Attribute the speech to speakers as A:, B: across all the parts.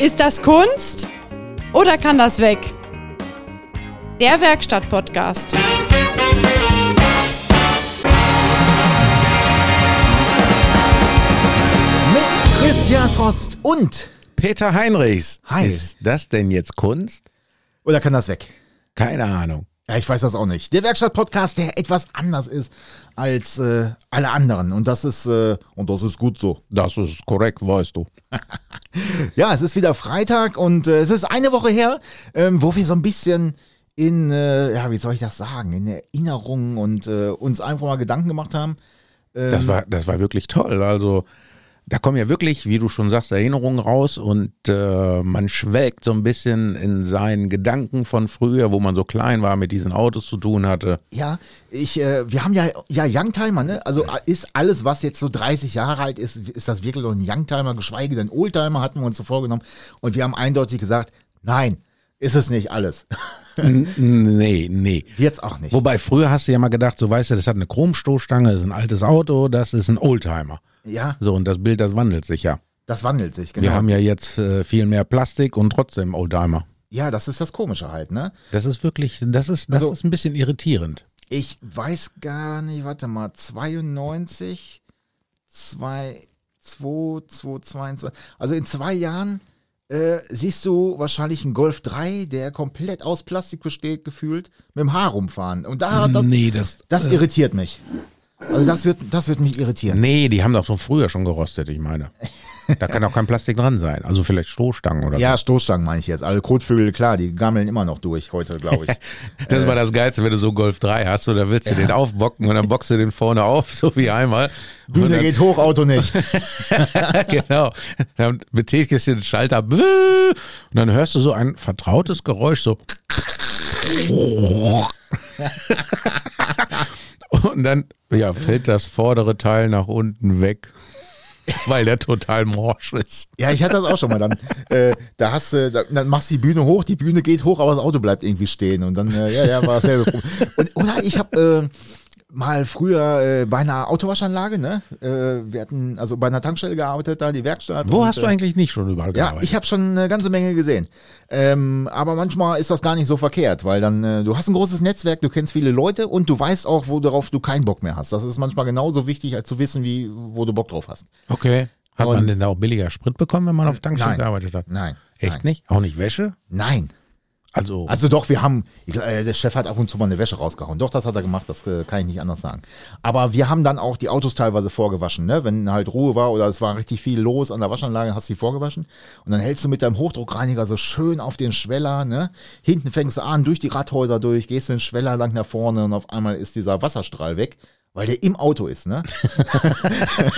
A: Ist das Kunst oder kann das weg? Der Werkstatt-Podcast.
B: Mit Christian Frost und.
C: Peter Heinrichs.
B: Hi.
C: Ist das denn jetzt Kunst?
B: Oder kann das weg?
C: Keine Ahnung.
B: Ja, ich weiß das auch nicht. Der Werkstatt-Podcast, der etwas anders ist als äh, alle anderen. Und das ist, äh, und das ist gut so.
C: Das ist korrekt, weißt du.
B: Ja, es ist wieder Freitag und äh, es ist eine Woche her, ähm, wo wir so ein bisschen in, äh, ja, wie soll ich das sagen, in Erinnerungen und äh, uns einfach mal Gedanken gemacht haben.
C: Das war, das war wirklich toll. Also da kommen ja wirklich, wie du schon sagst, Erinnerungen raus und äh, man schwelgt so ein bisschen in seinen Gedanken von früher, wo man so klein war, mit diesen Autos zu tun hatte.
B: Ja, ich, äh, wir haben ja, ja Youngtimer, ne? Also äh, ist alles, was jetzt so 30 Jahre alt ist, ist das wirklich noch ein Youngtimer, geschweige denn Oldtimer, hatten wir uns so vorgenommen. Und wir haben eindeutig gesagt, nein, ist es nicht alles.
C: nee, nee.
B: Wird's auch nicht.
C: Wobei früher hast du ja mal gedacht, so weißt du, das hat eine Chromstoßstange, das ist ein altes Auto, das ist ein Oldtimer.
B: ja,
C: So, und das Bild, das wandelt sich ja.
B: das wandelt sich, genau.
C: Wir haben ja jetzt äh, viel mehr Plastik und trotzdem Oldtimer.
B: ja, das ist das Komische halt, ne?
C: Das ist wirklich, das ist, das
B: Also-
C: ist ein bisschen irritierend.
B: Ich weiß gar nicht, warte mal, 92, 2, 2, 2, 22. Also in zwei Jahren äh, siehst du wahrscheinlich einen Golf 3, der komplett aus Plastik besteht, gefühlt, mit dem Haar rumfahren. Und da hat Ah, das,
C: nee, das,
B: das irritiert mich. Also das wird, das wird mich irritieren.
C: nee, die haben doch so früher schon gerostet, ich meine. Da kann auch kein Plastik dran sein. Also vielleicht Strohstangen oder
B: Ja, Stoßstangen meine ich jetzt. Alle Kotvögel, klar, die gammeln immer noch durch heute, glaube ich.
C: so.
B: äh,
C: Das war das Geilste, wenn du so Golf 3 hast oder willst du den aufbocken und dann bockst du den vorne auf, so wie einmal. Und
B: Bühne
C: dann,
B: geht hoch, Auto nicht.
C: genau. Dann betätigst du den Schalter und dann hörst du so ein vertrautes Geräusch, so. Und dann ja, fällt das vordere Teil nach unten weg, weil der total morsch ist.
B: Ja, ich hatte das auch schon mal. Dann, äh, da hast du, da, dann machst du die Bühne hoch, die Bühne geht hoch, aber das Auto bleibt irgendwie stehen. Und dann, äh, ja, ja, war dasselbe Problem. Und, oder ich habe äh, mal früher äh, bei einer Autowaschanlage, ne? Äh, wir hatten also bei einer Tankstelle gearbeitet, da die Werkstatt.
C: Wo
B: und,
C: hast du
B: äh,
C: eigentlich nicht schon überall
B: ja,
C: gearbeitet?
B: ich habe schon eine ganze Menge gesehen. Ähm, aber manchmal ist das gar nicht so verkehrt, weil dann, äh, du hast ein großes Netzwerk, du kennst viele Leute und du weißt auch, worauf du keinen Bock mehr hast. Das ist manchmal genauso wichtig, als zu wissen, wie, wo du Bock drauf hast.
C: okay. Hat
B: Und-
C: man denn da auch billiger Sprit bekommen, wenn man auf
B: Nein.
C: Tankstellen gearbeitet hat?
B: Nein.
C: Echt
B: nein,
C: nicht? Auch nicht Wäsche?
B: Nein.
C: Also,
B: Also doch, wir haben, ich gl- äh, der Chef hat ab und zu mal eine Wäsche rausgehauen. Doch, das hat er gemacht, das äh, kann ich nicht anders sagen. Aber wir haben dann auch die Autos teilweise vorgewaschen, ne? Wenn halt Ruhe war oder es war richtig viel los an der Waschanlage, hast du die vorgewaschen. Und dann hältst du mit deinem Hochdruckreiniger so schön auf den Schweller, ne? Hinten fängst du an, durch die Radhäuser durch, gehst den Schweller lang nach vorne und auf einmal ist dieser Wasserstrahl weg, weil der im Auto ist, ne?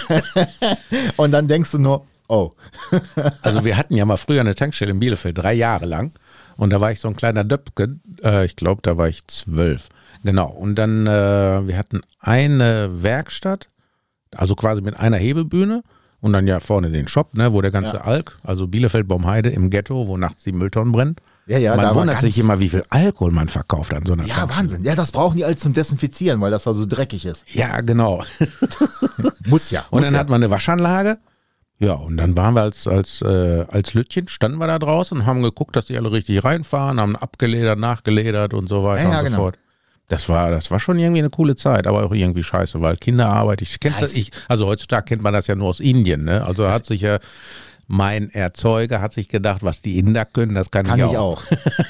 B: und dann denkst du nur, oh,
C: Also wir hatten ja mal früher eine Tankstelle in Bielefeld, drei Jahre lang. Und da war ich so ein kleiner Döpke, äh, ich glaube, da war ich zwölf. Genau. Und dann, äh, wir hatten eine Werkstatt, also quasi mit einer Hebebühne und dann ja vorne den Shop, ne, wo der ganze Alk, also Bielefeld Baumheide im Ghetto, wo nachts die Mülltonnen brennen.
B: Ja, ja, da
C: man
B: war
C: wundert sich
B: ganz-
C: immer, wie viel Alkohol man verkauft an so einer
B: ja,
C: Tankstelle.
B: Wahnsinn. Ja, das brauchen die alle zum Desinfizieren, weil das da so dreckig ist.
C: Ja, genau.
B: Muss ja.
C: Und
B: muss
C: dann
B: ja.
C: hat man eine Waschanlage. Ja, und dann waren wir als, als, äh, als Lütchen, standen wir da draußen und haben geguckt, dass die alle richtig reinfahren, haben abgeledert, nachgeledert und so weiter
B: Ja, ja,
C: und so
B: genau.
C: fort. Das war, das war schon irgendwie eine coole Zeit, aber auch irgendwie scheiße, weil Kinderarbeit, ich kenne das,
B: Scheiße.
C: ich, also heutzutage kennt man das ja nur aus Indien, ne? Also hat sich ja, mein Erzeuger hat sich gedacht, was die Inder können, das kann,
B: Kann ich auch.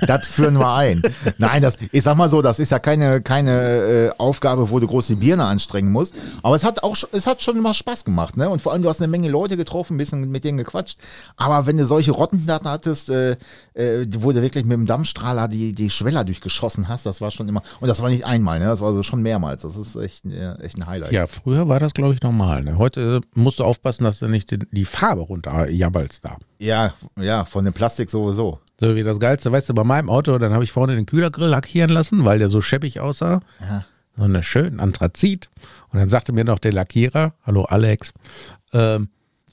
B: Das führen wir ein. Nein, das, ich sag mal so, das ist ja keine, keine äh, Aufgabe, wo du groß die Birne anstrengen musst. Aber es hat auch, sch- es hat schon immer Spaß gemacht, ne? Und vor allem, du hast eine Menge Leute getroffen, ein bisschen mit denen gequatscht. Aber wenn du solche Rottendaten hattest, äh, äh, wo du wirklich mit dem Dampfstrahler die, die Schweller durchgeschossen hast, das war schon immer, und das war nicht einmal, ne? Das war so schon mehrmals. Das ist echt, äh, echt ein Highlight.
C: Ja, früher war das, glaube ich, normal. Ne? Heute äh, musst du aufpassen, dass du nicht die, die Farbe runterjabbalst da.
B: ja, ja, von dem Plastik sowieso.
C: So wie das Geilste, weißt du, bei meinem Auto, dann habe ich vorne den Kühlergrill lackieren lassen, weil der so scheppig aussah. So eine schönen Anthrazit. Und dann sagte mir noch der Lackierer, hallo Alex, ähm,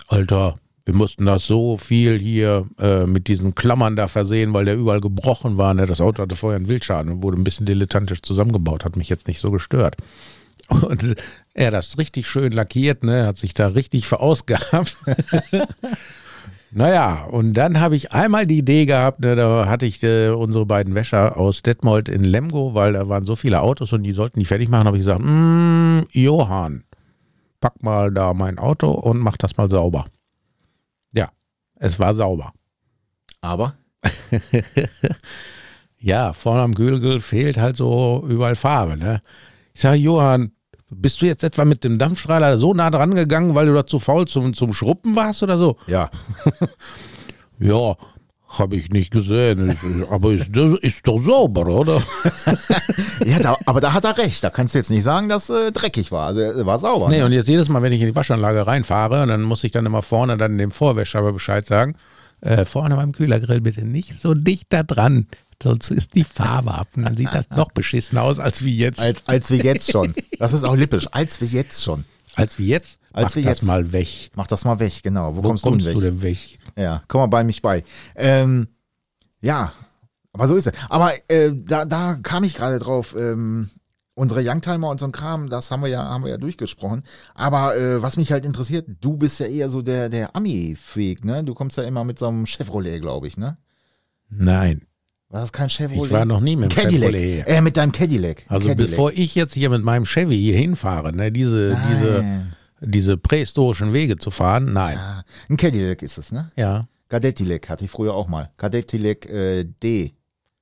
C: Alter, wir mussten das so viel hier äh, mit diesen Klammern da versehen, weil der überall gebrochen war. Ne? Das Auto hatte vorher einen Wildschaden und wurde ein bisschen dilettantisch zusammengebaut, hat mich jetzt nicht so gestört. Und er hat das richtig schön lackiert, ne? hat sich da richtig verausgabt. Naja, und dann habe ich einmal die Idee gehabt, ne, da hatte ich äh, unsere beiden Wäscher aus Detmold in Lemgo, weil da waren so viele Autos und die sollten die fertig machen, habe ich gesagt, "Mm, Johann, pack mal da mein Auto und mach das mal sauber. Ja, es war sauber.
B: Aber
C: Ja, vorne am Gürtel fehlt halt so überall Farbe. Ne? Ich sage, Johann, bist du jetzt etwa mit dem Dampfstrahler so nah dran gegangen, weil du da zu faul zum, zum Schruppen warst oder so?
B: ja,
C: Ja, habe ich nicht gesehen. Ich- Aber ist, das- ist doch sauber, oder?
B: ja da, aber da hat er recht. Da kannst du jetzt nicht sagen, dass äh, dreckig war. Also er war sauber.
C: Nee, und jetzt jedes Mal, wenn ich in die Waschanlage reinfahre, dann muss ich dann immer vorne dann dem Vorwäschhaber Bescheid sagen. Äh, vorne beim Kühlergrill bitte nicht so dicht da dran. Sonst ist die Farbe ab und dann sieht das noch beschissen aus als wie jetzt. Als,
B: Als, als wir jetzt schon. Das ist auch lippisch. Als wir jetzt schon.
C: wie jetzt?
B: Als
C: Mach
B: wie
C: das
B: jetzt.
C: mal weg.
B: Mach das mal weg, genau. Wo,
C: Wo
B: kommst, du denn weg?
C: denn weg?
B: Ja, komm mal bei mich bei. Ähm, ja, aber so ist es. Aber äh, da, da kam ich gerade drauf. Ähm, unsere Youngtimer und so ein Kram, das haben wir ja, haben wir ja durchgesprochen. Aber äh, was mich halt interessiert, du bist ja eher so der, der Ami-Freak, ne? Du kommst ja immer mit so einem Chevrolet, glaube ich, ne?
C: Nein,
B: War das kein Chevrolet?
C: ich war noch nie mit dem
B: Cadillac.
C: Chevrolet hier.
B: Äh, mit deinem Cadillac.
C: Also
B: Cadillac. Ah,
C: bevor ich jetzt hier mit meinem Chevy hier hinfahre, ne, diese, diese,
B: Nein.
C: diese prähistorischen Wege zu fahren, nein.
B: Ah, ein Cadillac ist es, ne?
C: Ja.
B: Kadettilek hatte ich früher auch mal. Kadettilek äh, D.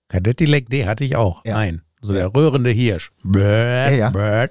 C: Kadettilek D hatte ich auch.
B: Ja.
C: Nein. So der röhrende Hirsch. Bäh,
B: ja.
C: bäh.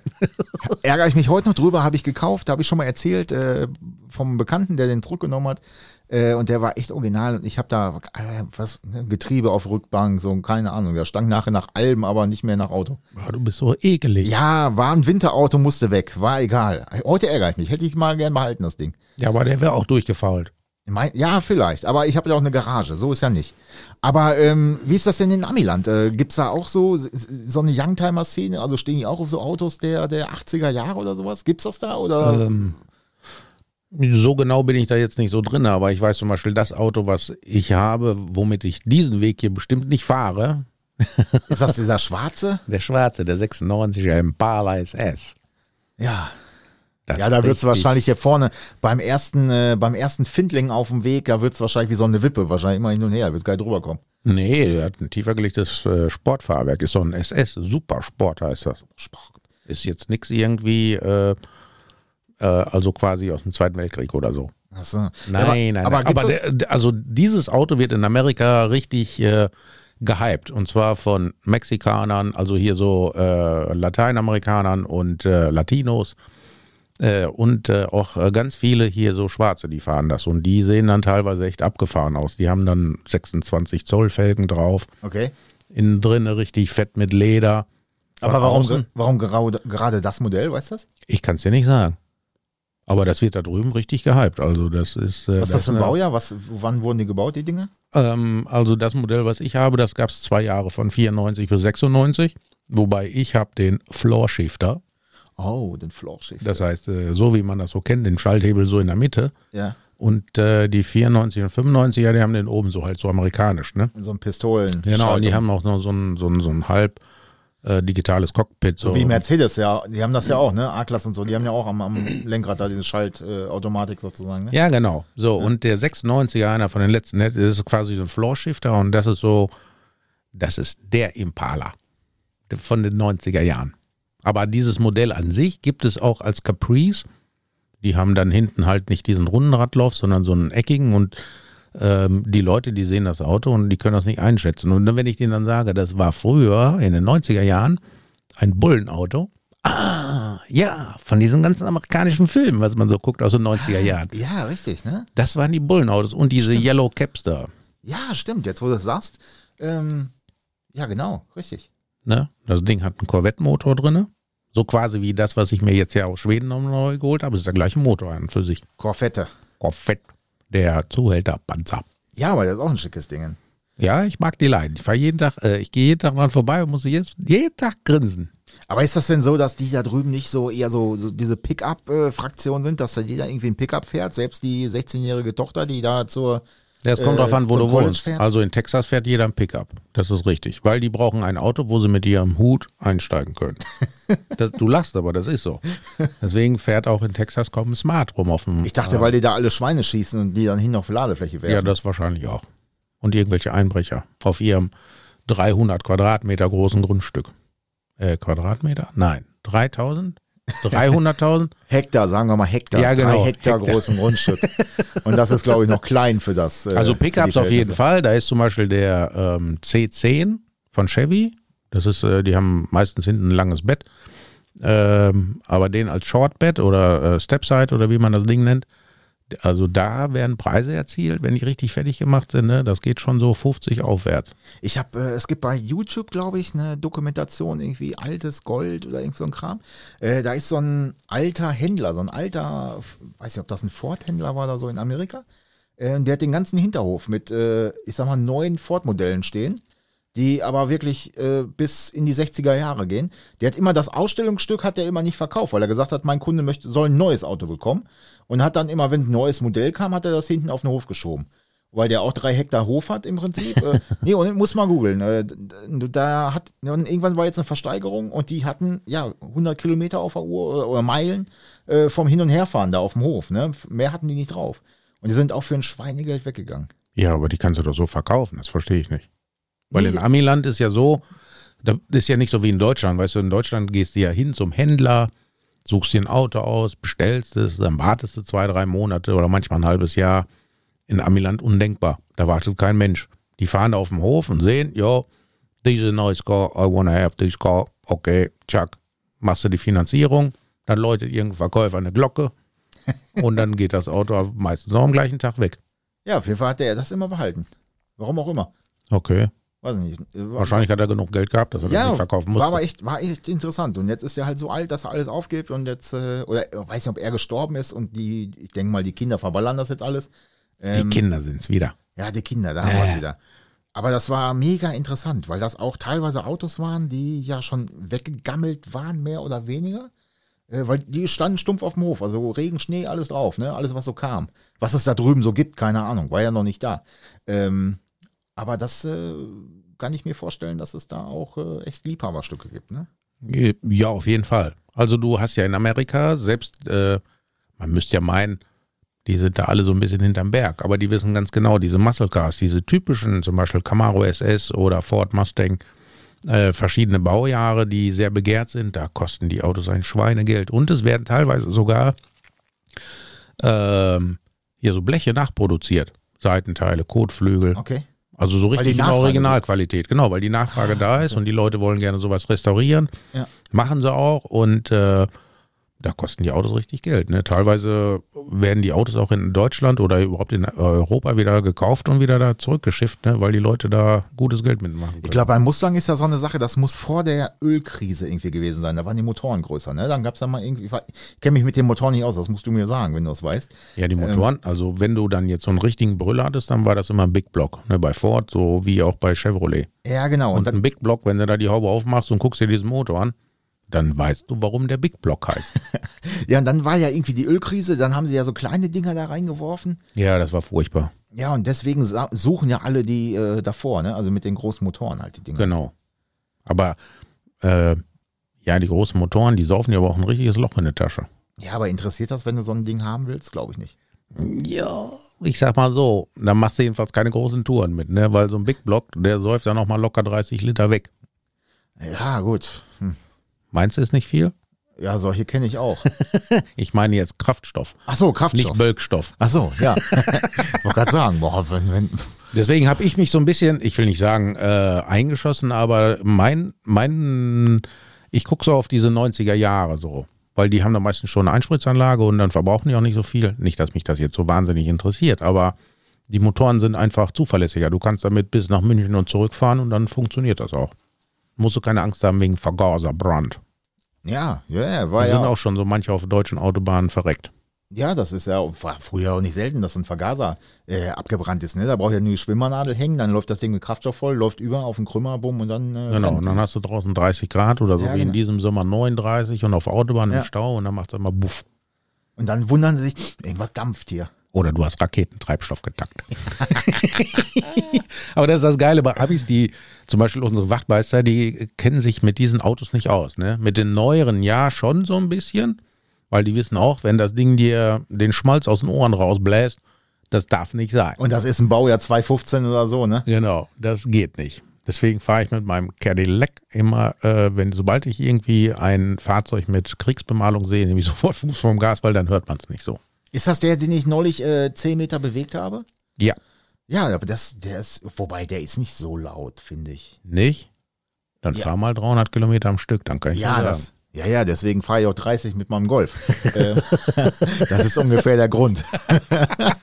B: ärgere ich mich heute noch drüber, habe ich gekauft, habe ich schon mal erzählt äh, vom Bekannten, der den zurückgenommen hat. Äh, und der war echt original und ich habe da äh, was ne, Getriebe auf Rückbank, so keine Ahnung. Das stank nachher nach Alben, aber nicht mehr nach Auto.
C: Boah, Du bist so ekelig.
B: Ja, war ein Winterauto, musste weg, war egal. Heute ärgere ich mich, hätte ich mal gern behalten das Ding.
C: Ja, aber der wäre auch durchgefault.
B: Mein, ja, vielleicht, aber ich habe ja auch eine Garage, so ist ja nicht. Aber ähm, wie ist das denn in Amiland? Äh, gibt's da auch so so eine Youngtimer-Szene? Also stehen die auch auf so Autos der der 80er Jahre oder sowas? Gibt's das da oder?
C: Ähm, so genau bin ich da jetzt nicht so drin, aber ich weiß zum Beispiel, das Auto, was ich habe, womit ich diesen Weg hier bestimmt nicht fahre, Äh.
B: Ist das dieser schwarze?
C: der schwarze, der 96er Impala SS.
B: Ja.
C: Das
B: Ja, da
C: ist
B: wird's
C: richtig-
B: wahrscheinlich hier vorne beim ersten, äh, beim ersten Findling auf dem Weg, da wird's wahrscheinlich wie so eine Wippe, wahrscheinlich immer hin und her, wird's gar nicht drüber kommen.
C: Nee, der hat ein tiefergelegtes äh, Sportfahrwerk. Ist so ein SS, Supersport heißt das.
B: Sport.
C: Ist jetzt nichts irgendwie, äh, äh, also quasi aus dem Zweiten Weltkrieg oder so.
B: Achso.
C: Nein,
B: ja,
C: nein,
B: aber,
C: nein.
B: Aber, gibt's das,
C: der, der- also dieses Auto wird in Amerika richtig äh, gehypt. Und zwar von Mexikanern, also hier so äh, Lateinamerikanern und äh, Latinos. Äh, und äh, auch äh, ganz viele hier so Schwarze, die fahren das. Und die sehen dann teilweise echt abgefahren aus. Die haben dann 26 Zoll Felgen drauf,
B: okay.
C: innen drin richtig fett mit Leder. Von
B: Aber warum,
C: außen-
B: ge- warum gerau- gerade das Modell, weißt du das?
C: Ich kann es dir nicht sagen. Aber das wird da drüben richtig gehypt. Also das ist. Äh,
B: Was ist das für ein
C: eine-
B: Baujahr? Was, wann wurden die gebaut, die Dinger?
C: Ähm, also das Modell, was ich habe, das gab es zwei Jahre von 94 bis 96. Wobei ich habe den Floor Shifter,
B: Oh, den Floorschiff.
C: das heißt, äh, so wie man das so kennt, den Schalthebel so in der Mitte.
B: Ja,
C: Und äh, die 94 und 95er, die haben den oben so halt so amerikanisch, ne?
B: so ein Pistolen.
C: Genau, und die
B: Schaltung.
C: haben auch noch so ein, so ein, so ein halb äh, digitales Cockpit. So.
B: So wie Mercedes, ja. Die haben das ja auch, ne? A-Klasse und so. Die haben ja auch am, am Lenkrad da diese Schaltautomatik äh, Automatik sozusagen, ne?
C: Ja, genau. So, und der 96er, einer von den letzten, ne, das ist quasi so ein Floor Shifter und das ist so, das ist der Impala von den 90er Jahren. Aber dieses Modell an sich gibt es auch als Caprice. Die haben dann hinten halt nicht diesen runden Radlauf, sondern so einen eckigen und ähm, die Leute, die sehen das Auto und die können das nicht einschätzen. Und dann, wenn ich denen dann sage, das war früher in den 90er Jahren ein Bullenauto. Ah, ja, von diesen ganzen amerikanischen Filmen, was man so guckt aus den 90er Jahren.
B: ja, richtig, ne?
C: Das waren die Bullenautos und diese Yellow Caps da.
B: Ja, stimmt, jetzt wo du das sagst. Ähm, ja, genau, richtig.
C: Ne? Das Ding hat einen Corvette-Motor drin. So quasi wie das, was ich mir jetzt ja aus Schweden noch neu geholt habe. Ist der gleiche Motor an und für sich.
B: Korvette.
C: Corvette, der Zuhälterpanzer.
B: Ja, aber das ist auch ein schickes Ding.
C: Ja, ich mag die Leiden. Ich fahre jeden Tag, äh, ich gehe jeden Tag dran vorbei und muss jetzt jeden Tag grinsen.
B: Aber ist das denn so, dass die da drüben nicht so eher so, so diese Pickup-Fraktion sind, dass da jeder irgendwie ein Pickup fährt? Selbst die 16-jährige Tochter, die da zur
C: Ja, es kommt
B: äh,
C: drauf an, wo
B: zum
C: du
B: College
C: wohnst.
B: fährt?
C: Also in Texas fährt jeder ein Pickup. Das ist richtig. Weil die brauchen ein Auto, wo sie mit ihrem Hut einsteigen können. das, du lachst aber, das ist so. Deswegen fährt auch in Texas kaum ein Smart rum auf dem.
B: Ich dachte, weil die da alle Schweine schießen und die dann hin auf die Ladefläche
C: Ja,
B: werfen.
C: das wahrscheinlich auch. Und irgendwelche Einbrecher auf ihrem 300 Quadratmeter großen Grundstück. Äh, Quadratmeter? Nein. 3000? 300.000?
B: Hektar, sagen wir mal Hektar.
C: Ja, genau,
B: Drei Hektar,
C: Hektar.
B: großen Grundstück. Und das ist, glaube ich, noch klein für das. äh,
C: Also
B: für die
C: Pickups auf jeden
B: Verhältnisse.
C: Fall. Da ist zum Beispiel der ähm, C10 von Chevy. Das ist, äh, die haben meistens hinten ein langes Bett. Ähm, aber den als Shortbed oder äh, Stepside oder wie man das Ding nennt. Also da werden Preise erzielt, wenn die richtig fertig gemacht sind. Ne? Das geht schon so 50 aufwärts.
B: Ich habe, äh, es gibt bei YouTube, glaube ich, eine Dokumentation, irgendwie altes Gold oder irgend so ein Kram. Äh, da ist so ein alter Händler, so ein alter, weiß nicht, ob das ein Ford-Händler war oder so in Amerika. Äh, der hat den ganzen Hinterhof mit, äh, ich sag mal, neuen Ford-Modellen stehen, die aber wirklich äh, bis in die 60er Jahre gehen. Der hat immer das Ausstellungsstück, hat der immer nicht verkauft, weil er gesagt hat, mein Kunde möchte, soll ein neues Auto bekommen. Und hat dann immer, wenn ein neues Modell kam, hat er das hinten auf den Hof geschoben weil der auch drei Hektar Hof hat im Prinzip. äh, nee, und muss mal googeln. Äh, d- d- da hat, und irgendwann war jetzt eine Versteigerung und die hatten ja 100 Kilometer auf der Uhr oder, oder Meilen äh, vom Hin- und Herfahren da auf dem Hof. Ne? F- Mehr hatten die nicht drauf. Und die sind auch für ein Schweinegeld weggegangen.
C: Ja, aber die kannst du doch so verkaufen. Das verstehe ich nicht. Weil
B: Nee.
C: in Amiland ist ja so, da ist ja nicht so wie in Deutschland. Weißt du, in Deutschland gehst du ja hin zum Händler, suchst dir ein Auto aus, bestellst es, dann wartest du zwei, drei Monate oder manchmal ein halbes Jahr. In Amiland undenkbar. Da wartet kein Mensch. Die fahren auf dem Hof und sehen, jo, this is a nice car, I wanna have this car. Okay, chuck. Machst du die Finanzierung, dann läutet irgendein Verkäufer eine Glocke und dann geht das Auto meistens noch am gleichen Tag weg.
B: Ja, auf jeden Fall hat der das immer behalten. Warum auch immer.
C: Okay.
B: Weiß nicht. Äh, war-
C: Wahrscheinlich hat er genug Geld gehabt, dass er das
B: Ja,
C: nicht verkaufen
B: war
C: musste.
B: aber echt, war echt interessant. Und jetzt ist er halt so alt, dass er alles aufgibt und jetzt, äh, oder äh, weiß nicht, ob er gestorben ist und die, ich denke mal, die Kinder verballern das jetzt alles. Ähm,
C: die Kinder sind's wieder.
B: Ja, die Kinder, da haben wir wieder. Aber das war mega interessant, weil das auch teilweise Autos waren, die ja schon weggegammelt waren, mehr oder weniger. Äh, Weil die standen stumpf auf dem Hof, also Regen, Schnee, alles drauf, ne? Alles, was so kam. Was es da drüben so gibt, keine Ahnung, war ja noch nicht da. Ähm, aber das äh, kann ich mir vorstellen, dass es da auch äh, echt Liebhaberstücke gibt, ne?
C: Ja, auf jeden Fall. Also du hast ja in Amerika selbst, äh, man müsste ja meinen, die sind da alle so ein bisschen hinterm Berg, aber die wissen ganz genau, diese Muscle Cars, diese typischen, zum Beispiel Camaro SS oder Ford Mustang, äh, verschiedene Baujahre, die sehr begehrt sind, da kosten die Autos ein Schweinegeld und es werden teilweise sogar ähm, hier so Bleche nachproduziert, Seitenteile, Kotflügel.
B: Okay.
C: Also so
B: Weil die
C: richtig in
B: Nachfrage Ah,
C: Originalqualität, genau, weil die Nachfrage da ist und die Leute wollen gerne sowas restaurieren.
B: Ja.
C: Machen sie auch und äh, da kosten die Autos richtig Geld. Ne? Teilweise werden die Autos auch in Deutschland oder überhaupt in äh, Europa wieder gekauft und wieder da zurückgeschifft, ne? weil die Leute da gutes Geld mitmachen können.
B: Ich glaube, bei Mustang ist ja so eine Sache, das muss vor der Ölkrise irgendwie gewesen sein. Da waren die Motoren größer, ne? Dann gab es da mal irgendwie, ich kenne mich mit den Motoren nicht aus, das musst du mir sagen, wenn du es weißt.
C: ja, die Motoren, also wenn du dann jetzt so einen richtigen Brüller hattest, dann war das immer ein Big Block, ne? bei Ford, so wie auch bei Chevrolet.
B: Ja, genau. Und
C: Und
B: dann,
C: ein Big Block, wenn du da die Haube aufmachst und guckst dir diesen Motor an, dann weißt du, warum der Big Block heißt. hm?
B: ja, und dann war ja irgendwie die Ölkrise, dann haben sie ja so kleine Dinger da reingeworfen.
C: ja, das war furchtbar.
B: Ja, und deswegen sa- suchen ja alle die äh, davor, ne? Also mit den großen Motoren halt die Dinger.
C: Genau. Aber äh, ja, die großen Motoren, die saufen ja aber auch ein richtiges Loch in der Tasche.
B: Ja, aber interessiert das, wenn du so ein Ding haben willst? Glaube ich nicht.
C: Ja. Ich sag mal so, da machst du jedenfalls keine großen Touren mit, ne? Weil so ein Big Block, der säuft ja nochmal locker 30 Liter weg.
B: Ja, gut. Hm.
C: Meinst du ist nicht viel?
B: Ja, solche kenne ich auch.
C: Ich meine jetzt Kraftstoff,
B: Ach so,
C: nicht
B: Kraftstoff.
C: Bölkstoff.
B: Ach so, ja. Wollte gerade sagen, boah, wenn, wenn,
C: Deswegen habe ich mich so ein bisschen, ich will nicht sagen, äh, eingeschossen, aber mein, mein, ich gucke so auf diese 90er Jahre so. Weil die haben da meistens schon eine Einspritzanlage und dann verbrauchen die auch nicht so viel. Nicht, dass mich das jetzt so wahnsinnig interessiert, aber die Motoren sind einfach zuverlässiger. Du kannst damit bis nach München und zurückfahren und dann funktioniert das auch. Musst du keine Angst haben wegen Vergaserbrand.
B: ja, ja, ja,
C: Da
B: war
C: sind
B: Ah, ja.
C: auch schon so manche auf deutschen Autobahnen verreckt.
B: Ja, das ist ja war früher auch nicht selten, dass so ein Vergaser äh, abgebrannt ist. Ne? Da braucht ja nur die Schwimmernadel hängen, dann läuft das Ding mit Kraftstoff voll, läuft über auf den Krümmer, bumm und dann. Äh,
C: Genau,
B: brennt.
C: und dann hast du draußen 30 Grad oder so
B: Ja,
C: wie
B: genau.
C: in diesem Sommer 39 und auf Autobahn
B: Ja.
C: im Stau und dann machst du immer Buff.
B: Und dann wundern sie sich, irgendwas dampft hier.
C: Oder du hast Raketentreibstoff getankt. Aber das ist das Geile bei Abis, die zum Beispiel unsere Wachmeister, die kennen sich mit diesen Autos nicht aus. Ne? Mit den neueren ja schon so ein bisschen, weil die wissen auch, wenn das Ding dir den Schmalz aus den Ohren rausbläst, das darf nicht sein.
B: Und das ist ein Baujahr 2015 oder so, ne?
C: Genau, das geht nicht. Deswegen fahre ich mit meinem Cadillac immer, äh, wenn sobald ich irgendwie ein Fahrzeug mit Kriegsbemalung sehe, nehme ich sofort Fuß vom Gas, weil dann hört man es nicht so.
B: Ist das der, den ich neulich äh, 10 Meter bewegt habe?
C: Ja,
B: Ja, aber das, der ist, wobei der ist nicht so laut, finde ich.
C: nicht? Dann
B: Ja.
C: fahr mal 300 Kilometer am Stück, dann kann ich
B: Ja,
C: dir
B: das, ja, ja, deswegen fahre ich auch 30 mit meinem Golf. Äh, das ist ungefähr der Grund.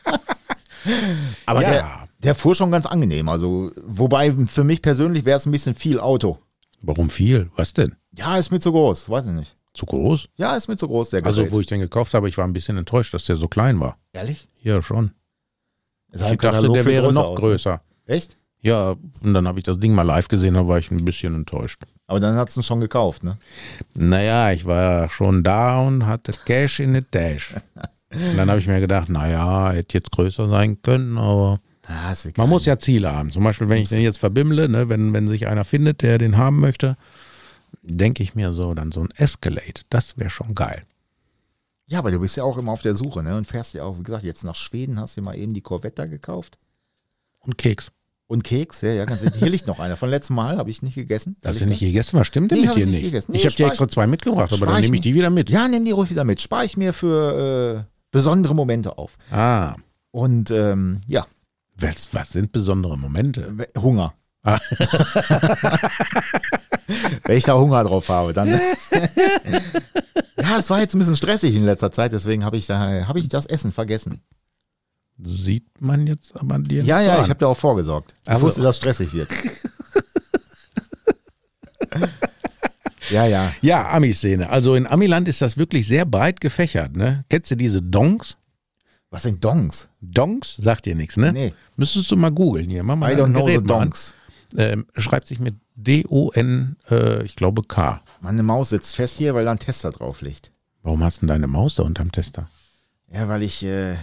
B: Aber
C: Ja.
B: der, der fuhr schon ganz angenehm. Also, wobei für mich persönlich wäre es ein bisschen viel Auto.
C: Warum viel? Was denn?
B: Ja, ist mir zu groß, weiß ich nicht.
C: Zu groß?
B: Ja, genau. ist mir zu groß, der
C: Also,
B: Gerät.
C: wo ich den gekauft habe, ich war ein bisschen enttäuscht, dass der so klein war.
B: Ehrlich?
C: Ja, schon.
B: Sah im
C: ich dachte,
B: Katalog
C: der
B: viel
C: wäre noch
B: aus.
C: größer.
B: Echt?
C: Ja, und dann habe ich das Ding mal live gesehen, da war ich ein bisschen enttäuscht.
B: Aber dann hat's ihn schon gekauft, ne?
C: Naja, ich war schon da und hatte Cash in the Dash. Und dann habe ich mir gedacht, naja, hätte jetzt größer sein können, aber
B: Ah, ist egal.
C: man muss ja Ziele haben. Zum Beispiel, wenn ich den jetzt verbimmle, ne, wenn, wenn sich einer findet, der den haben möchte, denke ich mir so, dann so ein Escalade, das wäre schon geil.
B: Ja, aber du bist ja auch immer auf der Suche, ne? Und fährst ja auch, wie gesagt, jetzt nach Schweden hast du mal eben die Corvette gekauft.
C: Und Keks.
B: Und Keks, ja, ja, ganz wichtig. Hier liegt noch einer. Von letztem Mal habe ich nicht gegessen. Da
C: Hast du
B: liegt
C: nicht gegessen? Was stimmt denn
B: Nee,
C: mit
B: hab
C: dir
B: ich nicht
C: nicht?
B: gegessen.
C: ich
B: Nee,
C: habe dir
B: Speich-
C: extra zwei mitgebracht, aber dann
B: Speich-
C: nehme ich die wieder mit.
B: Ja, nimm die ruhig wieder mit. Spare ich mir für äh, besondere Momente auf.
C: Ah,
B: Und ähm, ja,
C: was, was sind besondere Momente?
B: w- Hunger.
C: Ah.
B: Wenn ich da Hunger drauf habe, dann. ja, es war jetzt ein bisschen stressig in letzter Zeit, deswegen habe ich da habe ich das Essen vergessen.
C: Sieht man jetzt aber dir
B: Ja,
C: nicht
B: ja,
C: an.
B: ich habe da auch vorgesorgt. Ich
C: Also-
B: wusste, dass stressig wird. ja, ja.
C: Ja, Ami-Szene. Also in Amiland ist das wirklich sehr breit gefächert. Ne? Kennst du diese Donks?
B: Was sind Dongs?
C: Donks sagt dir nichts, ne?
B: Nee.
C: Müsstest du mal googeln hier. Mach mal
B: I
C: dein
B: don't know the
C: Gerät mal an.
B: Dongs.
C: Ähm, schreibt sich mit D-O-N, äh, ich glaube K.
B: Meine Maus sitzt fest hier, weil da ein Tester drauf liegt.
C: Warum hast du denn deine Maus da unterm Tester?
B: Ja, weil ich. Äh,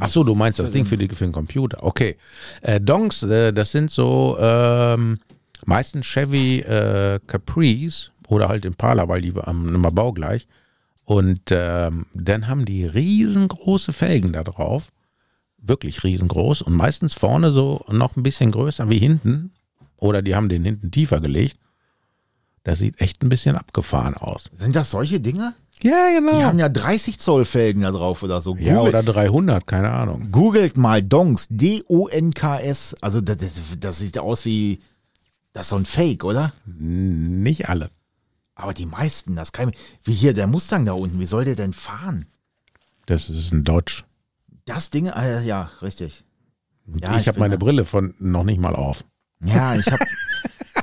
C: Ach so, du meinst das Ding für, die, für den Computer. Okay. Äh, Donks, äh, das sind so ähm, meistens Chevy äh, Caprice oder halt Impala, weil die waren immer baugleich. Und ähm, dann haben die riesengroße Felgen da drauf. Wirklich riesengroß. Und meistens vorne so noch ein bisschen größer wie hinten. Oder die haben den hinten tiefer gelegt. Das sieht echt ein bisschen abgefahren aus.
B: Sind das solche Dinger?
C: Ja,
B: Die
C: genau.
B: haben ja 30 Zoll Felgen da drauf oder so.
C: ja,
B: Googelt-
C: oder 300, keine Ahnung.
B: Googelt mal Dongs, D-O-N-K-S. Also das, das, das sieht aus wie, das ist so ein Fake, oder?
C: Nicht alle.
B: Aber die meisten, das kann ich, wie hier der Mustang da unten, wie soll der denn fahren?
C: Das ist ein Dodge.
B: Das Ding, ah, ja, ja, richtig.
C: Und
B: Ja,
C: ich
B: ich
C: habe
B: bin
C: meine
B: da.
C: Brille von noch nicht mal auf.
B: Ja, ich habe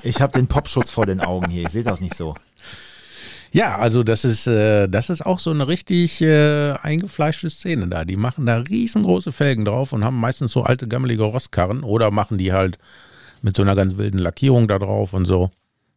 B: ich hab den Popschutz vor den Augen hier, ich sehe das nicht so.
C: Ja, also das ist, äh, das ist auch so eine richtig äh, eingefleischte Szene da. Die machen da riesengroße Felgen drauf und haben meistens so alte gammelige Rostkarren oder machen die halt mit so einer ganz wilden Lackierung da drauf und so.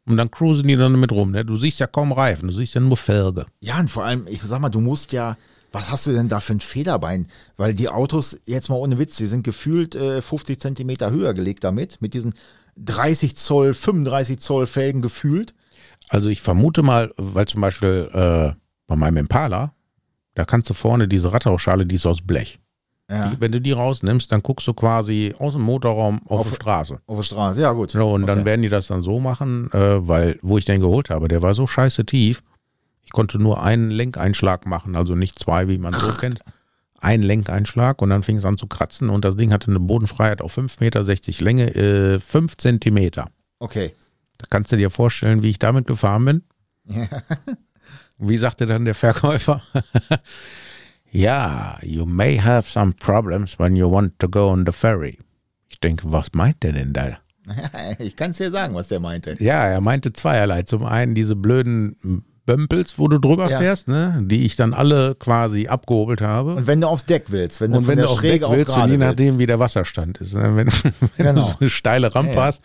C: Und dann cruisen die dann mit rum. Ne? Du siehst ja kaum Reifen, du siehst ja nur Felge.
B: Ja, und vor allem, ich sag mal, du musst ja, was hast du denn da für ein Federbein? Weil die Autos, jetzt mal ohne Witz, die sind gefühlt äh, 50 Zentimeter höher gelegt damit, mit diesen 30 Zoll, 35 Zoll Felgen gefühlt.
C: Also ich vermute mal, weil zum Beispiel äh, bei meinem Impala, da kannst du vorne diese Radtauschschale, die ist aus Blech.
B: Ja,
C: Die, wenn du die rausnimmst, dann guckst du quasi aus dem Motorraum auf,
B: Auf-
C: die Straße.
B: auf der Straße, ja gut.
C: So, und dann
B: Okay.
C: werden die das dann so machen, äh, weil wo ich den geholt habe, der war so scheiße tief, ich konnte nur einen Lenkeinschlag machen, also nicht zwei, wie man so kennt. Ein Lenkeinschlag und dann fing es an zu kratzen und das Ding hatte eine Bodenfreiheit auf 5,60 Meter Länge, äh, 5 Zentimeter.
B: Okay.
C: Da kannst du dir vorstellen, wie ich damit gefahren bin. Wie sagte dann der Verkäufer? ja, you may have some problems when you want to go on the ferry. Ich denke, was meint der denn da?
B: ich kann es dir sagen, was der meinte.
C: Ja, er meinte zweierlei. Zum einen diese blöden Bömpels, wo du drüber
B: Ja.
C: fährst, ne? die ich dann alle quasi abgehobelt habe.
B: Und wenn du aufs Deck willst, wenn du
C: Und
B: von
C: wenn
B: der
C: du auch weg
B: Schräge
C: willst,
B: auf
C: und
B: gerade
C: je nachdem,
B: willst.
C: wie der Wasserstand ist, ne? wenn, wenn du
B: Genau.
C: so eine steile Rampe
B: Ja, ja.
C: hast,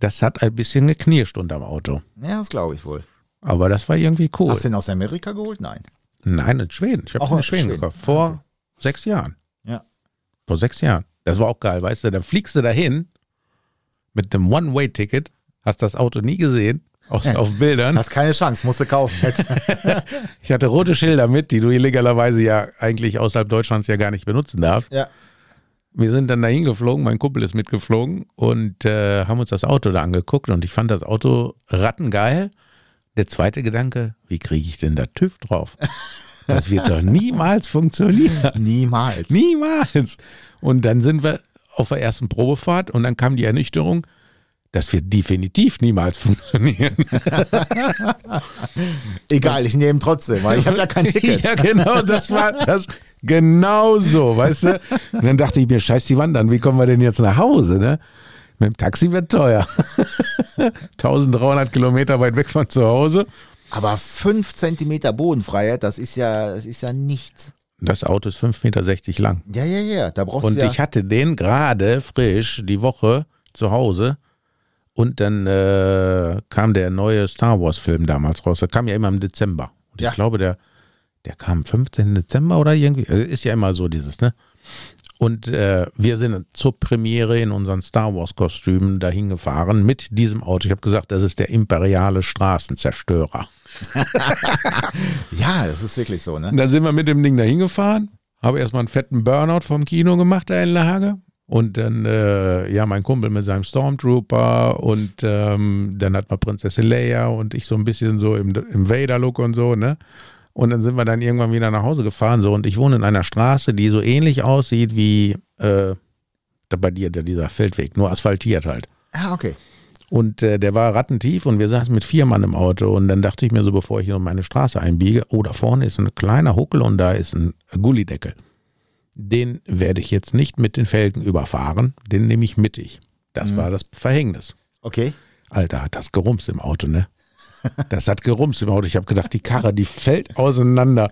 C: das hat ein bisschen geknirscht unterm Auto.
B: Ja, das glaube ich wohl.
C: Aber das war irgendwie cool.
B: Hast du den aus Amerika geholt? Nein.
C: Nein, in Schweden. Ich habe
B: Auch
C: in
B: in
C: Schweden
B: Schweden. Ah,
C: gekauft. Vor sechs Jahren.
B: Ja.
C: Vor sechs Jahren. Das war auch geil, weißt du? Dann fliegst du dahin mit einem One-Way-Ticket, hast das Auto nie gesehen, auch auf Bildern.
B: Hast keine Chance, musst du kaufen.
C: Ich hatte rote Schilder mit, die du illegalerweise ja eigentlich außerhalb Deutschlands ja gar nicht benutzen darfst.
B: ja.
C: Wir sind dann dahin geflogen, mein Kumpel ist mitgeflogen und äh, haben uns das Auto da angeguckt und ich fand das Auto rattengeil. Der zweite Gedanke, wie kriege ich denn da TÜV drauf? Das wird doch niemals funktionieren.
B: Niemals.
C: Niemals. Und dann sind wir auf der ersten Probefahrt und dann kam die Ernüchterung, das wird definitiv niemals funktionieren.
B: Egal, ich nehme trotzdem, weil ich habe ja kein Ticket.
C: ja, genau, das war das genau so, weißt du? Und dann dachte ich mir, scheiß die Wand an, wie kommen wir denn jetzt nach Hause, ne? Mit dem Taxi wird teuer. 1300 Kilometer weit weg von zu Hause.
B: Aber 5 cm Bodenfreiheit, das ist ja, das ist ja nichts.
C: Das Auto ist 5,60 Meter lang.
B: Ja, ja, ja, da brauchst
C: Und
B: du ja.
C: ich hatte den gerade frisch die Woche zu Hause. Und dann äh, kam der neue Star Wars-Film damals raus. Der kam ja immer im Dezember. Und
B: Ja.
C: ich glaube, der, der kam am 15. Dezember oder irgendwie. Also Ist ja immer so dieses, ne? Und äh, wir sind zur Premiere in unseren Star Wars-Kostümen dahin gefahren mit diesem Auto. Ich habe gesagt, das ist der imperiale Straßenzerstörer.
B: ja, das ist wirklich so, ne?
C: Und dann sind wir mit dem Ding da hingefahren, habe erstmal einen fetten Burnout vom Kino gemacht da in La Hage. Und dann, äh, ja, mein Kumpel mit seinem Stormtrooper und ähm, dann hat man Prinzessin Leia und ich so ein bisschen so im, im Vader-Look und so, ne? Und dann sind wir dann irgendwann wieder nach Hause gefahren, so. Und ich wohne in einer Straße, die so ähnlich aussieht wie äh, da bei dir, der- dieser Feldweg, nur asphaltiert halt.
B: Ah, okay.
C: Und äh, der war rattentief und wir saßen mit vier Mann im Auto. Und dann dachte ich mir so, bevor ich hier um meine Straße einbiege, oh, da vorne ist ein kleiner Huckel und da ist ein Gullideckel. Den werde ich jetzt nicht mit den Felgen überfahren, den nehme ich mittig. Das war das Verhängnis.
B: Okay.
C: Alter, hat das gerumst im Auto, ne? Das hat gerumst im Auto. Ich habe gedacht, die Karre, die fällt auseinander.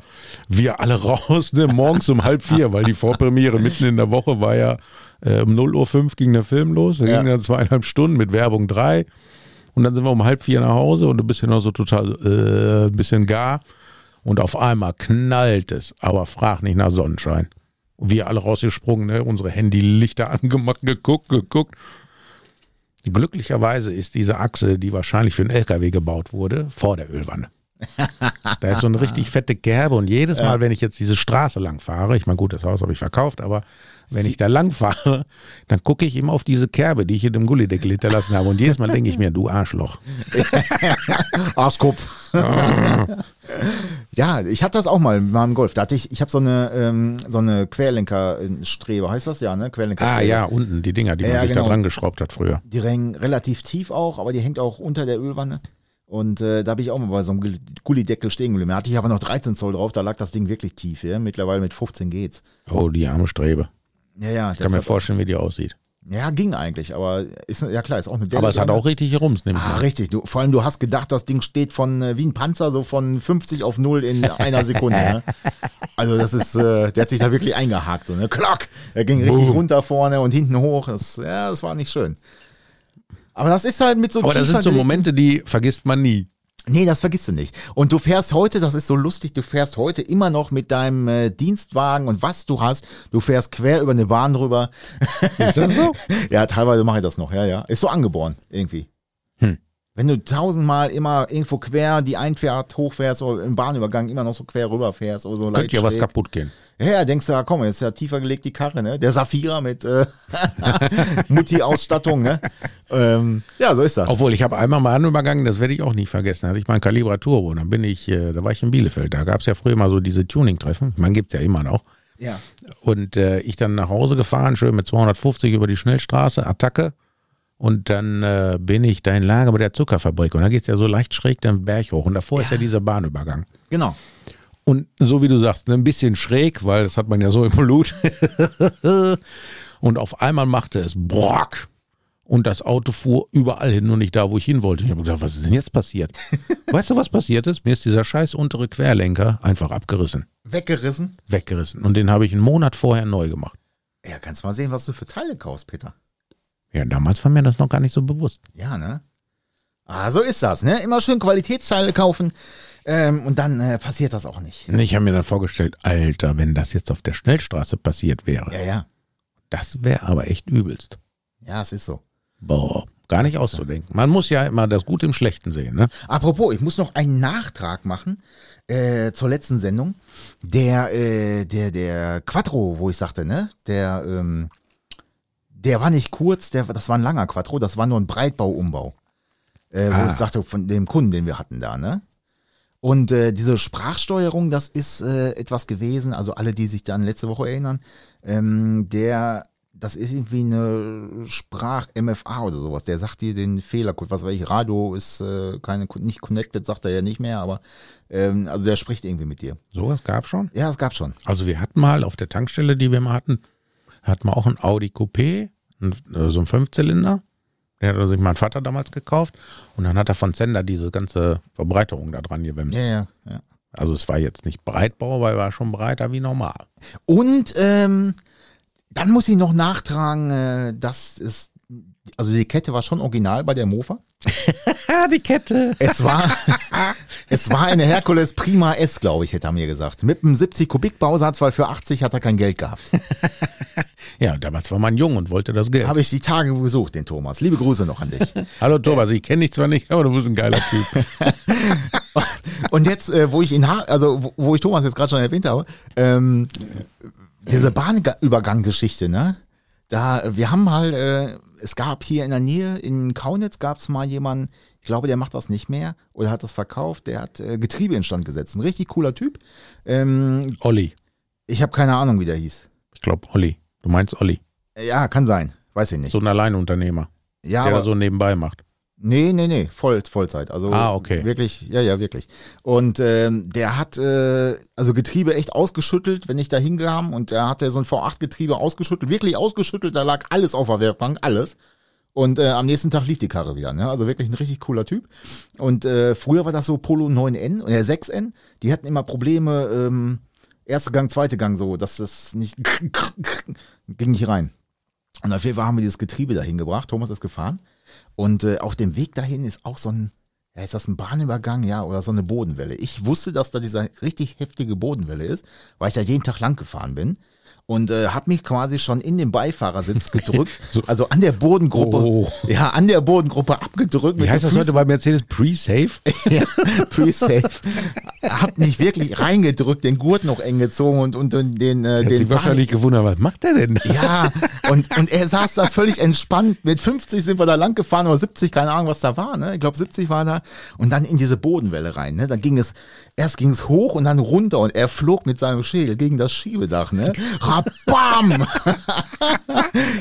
C: Wir alle raus, ne? Morgens um halb vier, weil die Vorpremiere mitten in der Woche war ja äh, um 0.05 Uhr fünf ging der Film los. Da
B: Ja.
C: ging dann zweieinhalb Stunden mit Werbung drei. Und dann sind wir um halb vier nach Hause und du bist ja noch so total äh, ein bisschen gar. Und auf einmal knallt es, aber frag nicht nach Sonnenschein. Wir alle rausgesprungen, ne? unsere Handylichter angemacht, geguckt, geguckt. Glücklicherweise ist diese Achse, die wahrscheinlich für einen LKW gebaut wurde, vor der Ölwanne. da ist so eine richtig fette Kerbe und jedes Mal, wenn ich jetzt diese Straße lang fahre, ich meine, gut, das Haus habe ich verkauft, aber wenn ich da lang fahre, dann gucke ich immer auf diese Kerbe, die ich in dem Gullideckel hinterlassen habe und jedes Mal denke ich mir, du Arschloch.
B: Arschkopf. ja, ich hatte das auch mal mit meinem Golf. Da hatte ich, ich habe so eine, ähm, so eine Querlenkerstrebe, heißt das ja, ne? Querlenkerstrebe.
C: Ah ja, unten die Dinger, die man
B: Ja,
C: sich
B: genau.
C: da dran geschraubt hat früher.
B: Die hängen relativ tief auch, aber die hängt auch unter der Ölwanne. Und äh, da bin ich auch mal bei so einem Gulli- Gullideckel stehen geblieben. Da hatte ich aber noch 13 Zoll drauf, da lag das Ding wirklich tief. Ja? Mittlerweile mit 15 geht's.
C: Oh, die arme Strebe.
B: Ja, ja,
C: Ich kann mir
B: deshalb-
C: vorstellen, wie die aussieht.
B: ja, ging eigentlich, aber ist, ja klar, ist auch eine
C: Aber es hat
B: Delle-
C: auch richtig Rums, nehme ich
B: Ah,
C: mal.
B: richtig. Du, vor allem, du hast gedacht, das Ding steht von äh, wie ein Panzer so von 50 auf 0 in einer Sekunde. ne? Also das ist, äh, der hat sich da wirklich eingehakt. So, ne? Klock! Er ging richtig runter vorne und hinten hoch. Das, ja, das war nicht schön. Aber das ist halt mit so
C: Aber das sind so
B: tiefer-
C: Momente, die vergisst man nie.
B: Nee, das vergisst du nicht. Und du fährst heute, das ist so lustig, du fährst heute immer noch mit deinem äh, Dienstwagen und was du hast, du fährst quer über eine Bahn drüber.
C: Ist das so?
B: Ja, teilweise mache ich das noch, ja, ja. Ist so angeboren, irgendwie.
C: Hm.
B: Wenn du tausendmal immer irgendwo quer die Einfahrt hochfährst oder im Bahnübergang immer noch so quer rüberfährst oder so leicht
C: Könnte ja was
B: schräg.
C: kaputt gehen.
B: Ja, ja, denkst du, ah, komm, jetzt ist ja tiefer gelegt die Karre, ne? Der Saphira mit äh, Mutti-Ausstattung, ne? Ähm, ja, so ist das.
C: Obwohl, ich habe einmal mal einen Übergang, das werde ich auch nie vergessen. Da hatte ich meinen Calibra Turbo. und Dann bin ich, äh, da war ich in Bielefeld. Da gab es ja früher mal so diese Tuning-Treffen. Man gibt es ja immer noch.
B: ja.
C: Und äh, ich dann nach Hause gefahren, schön mit 250 über die Schnellstraße, Attacke. Und dann äh, bin ich da in Lager bei der Zuckerfabrik. Und da geht es ja so leicht schräg den Berg hoch. Und davor ist ja dieser Bahnübergang.
B: Genau.
C: Und so wie du sagst, ne, ein bisschen schräg, weil das hat man ja so im Blut. und auf einmal machte es Brock. Und das Auto fuhr überall hin und nicht da, wo ich hin wollte. Ich habe gedacht, was ist denn jetzt passiert? weißt du, was passiert ist? Mir ist dieser scheiß untere Querlenker einfach abgerissen,
B: Weggerissen.
C: weggerissen. Und den habe ich einen Monat vorher neu gemacht.
B: Ja, kannst mal sehen, was du für Teile kaufst, Peter.
C: Ja, damals war mir das noch gar nicht so bewusst.
B: Ja, ne? Ah, so ist das, ne? Immer schön Qualitätsteile kaufen. Ähm, und dann äh, passiert das auch nicht.
C: Ich habe mir dann vorgestellt, Alter, wenn das jetzt auf der Schnellstraße passiert wäre,
B: Ja, ja.
C: das wäre aber echt übelst.
B: Ja, es ist so.
C: Boah, gar nicht
B: Das ist so.
C: auszudenken. Man muss ja immer das Gute im Schlechten sehen, ne?
B: Apropos, ich muss noch einen Nachtrag machen äh, zur letzten Sendung. Der, äh, der, der Quattro, wo ich sagte, ne? Der, ähm, der war nicht kurz, der, das war ein langer Quattro, das war nur ein Breitbauumbau. Äh, wo
C: Ah.
B: ich sagte, von dem Kunden, den wir hatten da, ne? Und äh, diese Sprachsteuerung, das ist äh, etwas gewesen, also alle, die sich dann letzte Woche erinnern, ähm, der, das ist irgendwie eine Sprach-MFA oder sowas. Der sagt dir den Fehlercode, was weiß ich, Radio ist äh, keine, nicht connected, sagt er ja nicht mehr, aber ähm, also der spricht irgendwie mit dir.
C: Sowas gab schon.
B: Ja, es gab schon.
C: Also wir hatten mal auf der Tankstelle, die wir mal hatten, hatten wir auch ein Audi Coupé, ein, äh, so ein Fünfzylinder. Den hat sich mein Vater damals gekauft. Und dann hat er von Sender diese ganze Verbreiterung da dran gewemmt.
B: Ja, ja, ja.
C: Also es war jetzt nicht Breitbau, weil er war schon breiter wie normal.
B: Und ähm, dann muss ich noch nachtragen, äh, dass es, also die Kette war schon original bei der Mofa.
C: Ah, die Kette.
B: Es war, es war eine Herkules Prima S, glaube ich, hätte er mir gesagt. Mit einem 70 Kubik Bausatz, weil für 80 hat er kein Geld gehabt.
C: Ja, damals war man jung und wollte das Geld.
B: Habe ich die Tage gesucht, den Thomas. Liebe Grüße noch an dich.
C: Hallo Thomas, ich kenne dich zwar nicht, aber du bist ein geiler Typ.
B: Und jetzt, äh, wo ich ihn, ha- also wo, wo ich Thomas jetzt gerade schon erwähnt habe, ähm, diese Bahnübergang-Geschichte, ne? Da, äh, wir haben halt, äh, es gab hier in der Nähe, in Kaunitz gab es mal jemanden, ich glaube, der macht das nicht mehr oder hat das verkauft, der hat äh, Getriebe instand gesetzt. Ein richtig cooler Typ. Ähm,
C: Olli.
B: ich habe keine Ahnung, wie der hieß.
C: Ich glaube Olli. Du meinst Olli.
B: Ja, kann sein. Weiß ich nicht.
C: So ein Alleinunternehmer,
B: ja,
C: der
B: aber
C: das so nebenbei macht.
B: Nee, nee, nee, voll, Vollzeit. Also
C: Ah, okay.
B: wirklich, ja, ja, wirklich. Und ähm, der hat äh, also Getriebe echt ausgeschüttelt, wenn ich da hinkam und er hatte so ein V8-Getriebe ausgeschüttelt, wirklich ausgeschüttelt, da lag alles auf der Werkbank, alles. Und äh, am nächsten Tag lief die Karre wieder, ne? Also wirklich ein richtig cooler Typ. Und äh, früher war das so Polo 9N oder 6N, die hatten immer Probleme, ähm, erste Gang, zweite Gang so, dass das nicht ging nicht rein. Und auf jeden Fall haben wir dieses Getriebe dahin gebracht. Thomas ist gefahren. Und äh, auf dem Weg dahin ist auch so ein, ja, ist das ein Bahnübergang, ja, oder so eine Bodenwelle. Ich wusste, dass da diese richtig heftige Bodenwelle ist, weil ich da jeden Tag lang gefahren bin. Und äh, habe mich quasi schon in den Beifahrersitz gedrückt,
C: So.
B: also an der Bodengruppe,
C: Oh.
B: ja, an der Bodengruppe abgedrückt.
C: Wie
B: mit
C: heißt
B: den
C: das heute bei Mercedes? Pre-Safe?
B: ja, pre-safe. Hab nicht wirklich reingedrückt, den Gurt noch eng gezogen und, und, und den, äh,
C: Hätte
B: den
C: sich wahrscheinlich gewundert, was macht der denn da?
B: Ja, und, und er saß da völlig entspannt. Mit 50 sind wir da lang gefahren oder 70, keine Ahnung, was da war. Ne? Ich glaube, 70 war da. Und dann in diese Bodenwelle rein. Ne? Dann ging es, erst ging es hoch und dann runter und er flog mit seinem Schädel gegen das Schiebedach. Ne? Rabam!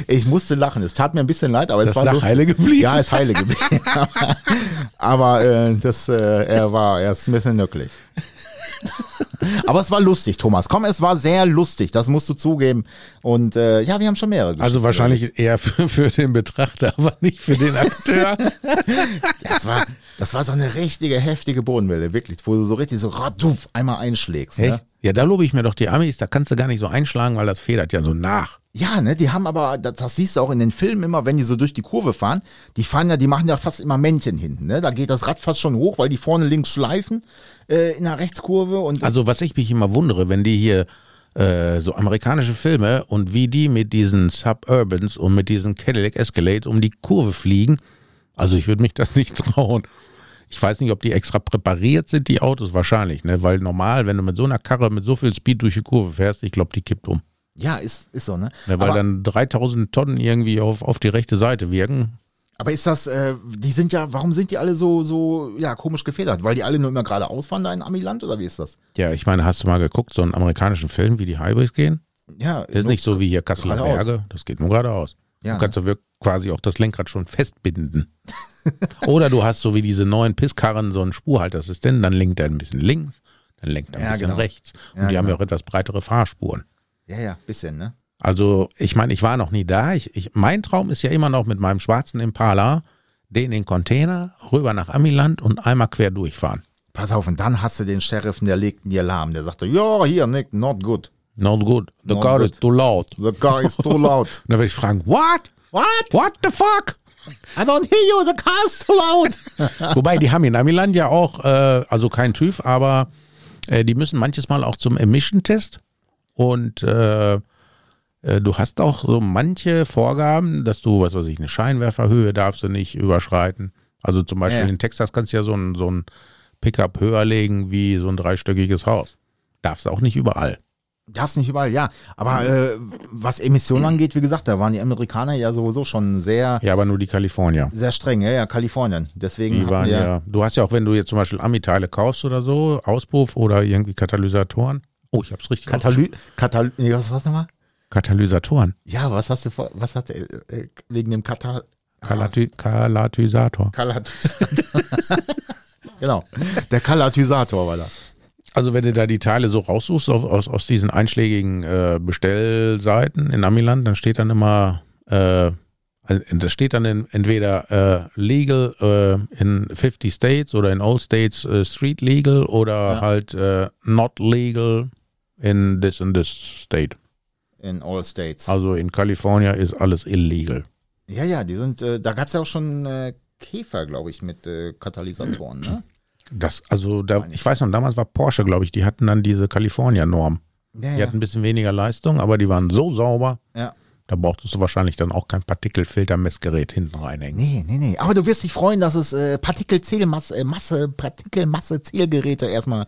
B: ich musste lachen. Es tat mir ein bisschen leid, aber
C: Ist
B: es
C: das
B: war
C: Lach heile geblieben?
B: Ja, ist heile geblieben. aber äh, das, äh, er war, er ist ein bisschen nöckelig. Aber es war lustig, Thomas. Komm, es war sehr lustig, das musst du zugeben. Und äh, ja, wir haben schon mehrere.
C: Also
B: Geschichten.
C: wahrscheinlich eher für, für den Betrachter, aber nicht für den Akteur.
B: Das war, das war so eine richtige heftige Bodenwelle, wirklich, wo du so richtig so ratuf einmal einschlägst. Ne?
C: Echt? Ja, da lobe ich mir doch die Amis, da kannst du gar nicht so einschlagen, weil das federt ja so nach.
B: Ja, ne, die haben aber, das, das siehst du auch in den Filmen immer, wenn die so durch die Kurve fahren, die fahren ja, die machen ja fast immer Männchen hinten, ne? Da geht das Rad fast schon hoch, weil die vorne links schleifen äh, in der Rechtskurve und
C: Also was ich mich immer wundere, wenn die hier äh, so amerikanische Filme und wie die mit diesen Suburbans und mit diesen Cadillac Escalades um die Kurve fliegen. Also ich würde mich das nicht trauen. Ich weiß nicht, ob die extra präpariert sind, die Autos wahrscheinlich, ne? Weil normal, wenn du mit so einer Karre mit so viel Speed durch die Kurve fährst, ich glaube, die kippt um.
B: ja, ist, ist so, ne?
C: Ne? Weil
B: aber,
C: dann 3000 Tonnen irgendwie auf, auf die rechte Seite wirken.
B: aber ist das, äh, die sind ja, warum sind die alle so, so, ja, komisch gefedert? Weil die alle nur immer geradeaus fahren da in Amiland oder wie ist das?
C: Ja, ich meine, hast du mal geguckt, so einen amerikanischen Film, wie die Highways gehen?
B: Ja,
C: Das ist
B: nur-
C: nicht so wie hier Kasseler
B: geradeaus.
C: Berge. Das geht nur geradeaus.
B: Ja,
C: du kannst ja wirklich quasi auch das Lenkrad schon festbinden. Oder du hast so wie diese neuen Pisskarren so einen Spurhalteassistenten, dann lenkt er ein bisschen links, dann lenkt er ein
B: Ja,
C: bisschen
B: genau.
C: rechts. Und
B: Ja,
C: die haben ja
B: genau.
C: auch etwas breitere Fahrspuren.
B: Ja, ja, bisschen, ne?
C: Also, ich meine, ich war noch nie da. Ich, ich, mein Traum ist ja immer noch mit meinem schwarzen Impala, den in den Container, rüber nach Amiland und einmal quer durchfahren.
B: Pass auf, und dann hast du den Sheriff, der legt einen Alarm. Der sagte, ja, hier, Nick, not good.
C: Not good. The
B: Not
C: car
B: good.
C: is too loud.
B: The car is too loud.
C: Und dann werde ich fragen, what?
B: What?
C: What the fuck?
B: I don't hear you, the car's so loud.
C: Wobei, die haben in Amiland ja auch, äh, also kein TÜV, aber äh, die müssen manches Mal auch zum Emission-Test. Und äh, äh, du hast auch so manche Vorgaben, dass du, was weiß ich, eine Scheinwerferhöhe darfst du nicht überschreiten. Also zum Beispiel
B: Ja.
C: in Texas kannst du ja so ein, so ein Pickup höher legen wie so ein dreistöckiges Haus. Darfst auch nicht überall.
B: Darf's nicht überall, ja. Aber äh, was Emissionen angeht, wie gesagt, da waren die Amerikaner ja sowieso schon sehr,
C: Ja, aber nur die Kalifornier.
B: sehr streng. Ja, ja, Kalifornien. Deswegen
C: Die
B: hatten
C: waren
B: die
C: ja. Du hast ja auch, wenn du jetzt zum Beispiel Ami-Teile kaufst oder so, Auspuff oder irgendwie Katalysatoren. Oh, ich hab's richtig.
B: Katalü Katal nee, was was nochmal?
C: ausgesprochen. Katalysatoren.
B: Ja, was hast du vor, was hast du äh, äh, wegen dem Katal
C: Kalati Kalatisator.
B: Kalatusator. genau. Der Kalatusator war das.
C: Also wenn du da die Teile so raussuchst auf, aus, aus diesen einschlägigen äh, Bestellseiten in Amiland, dann steht dann immer, äh, also da steht dann in, entweder äh, legal äh, in 50 States oder in all States äh, street legal oder
B: Ja.
C: halt äh, not legal in this and this state.
B: In all states.
C: Also in Kalifornien ist alles illegal.
B: Ja, ja, die sind, äh, da gab es ja auch schon äh, Käfer, glaube ich, mit äh, Katalysatoren, ne?
C: Das, also da,
B: Meine ich.
C: ich weiß noch, damals war Porsche, glaube ich, die hatten dann diese California-Norm.
B: Ja,
C: Die
B: ja.
C: hatten ein bisschen weniger Leistung, aber die waren so sauber,
B: ja.
C: da brauchtest du wahrscheinlich dann auch kein Partikelfiltermessgerät hinten reinhängen.
B: Nee, nee, nee. Aber du wirst dich freuen, dass es äh, Partikelzählmasse, äh, Masse, Partikelmasse-Zielgeräte erstmal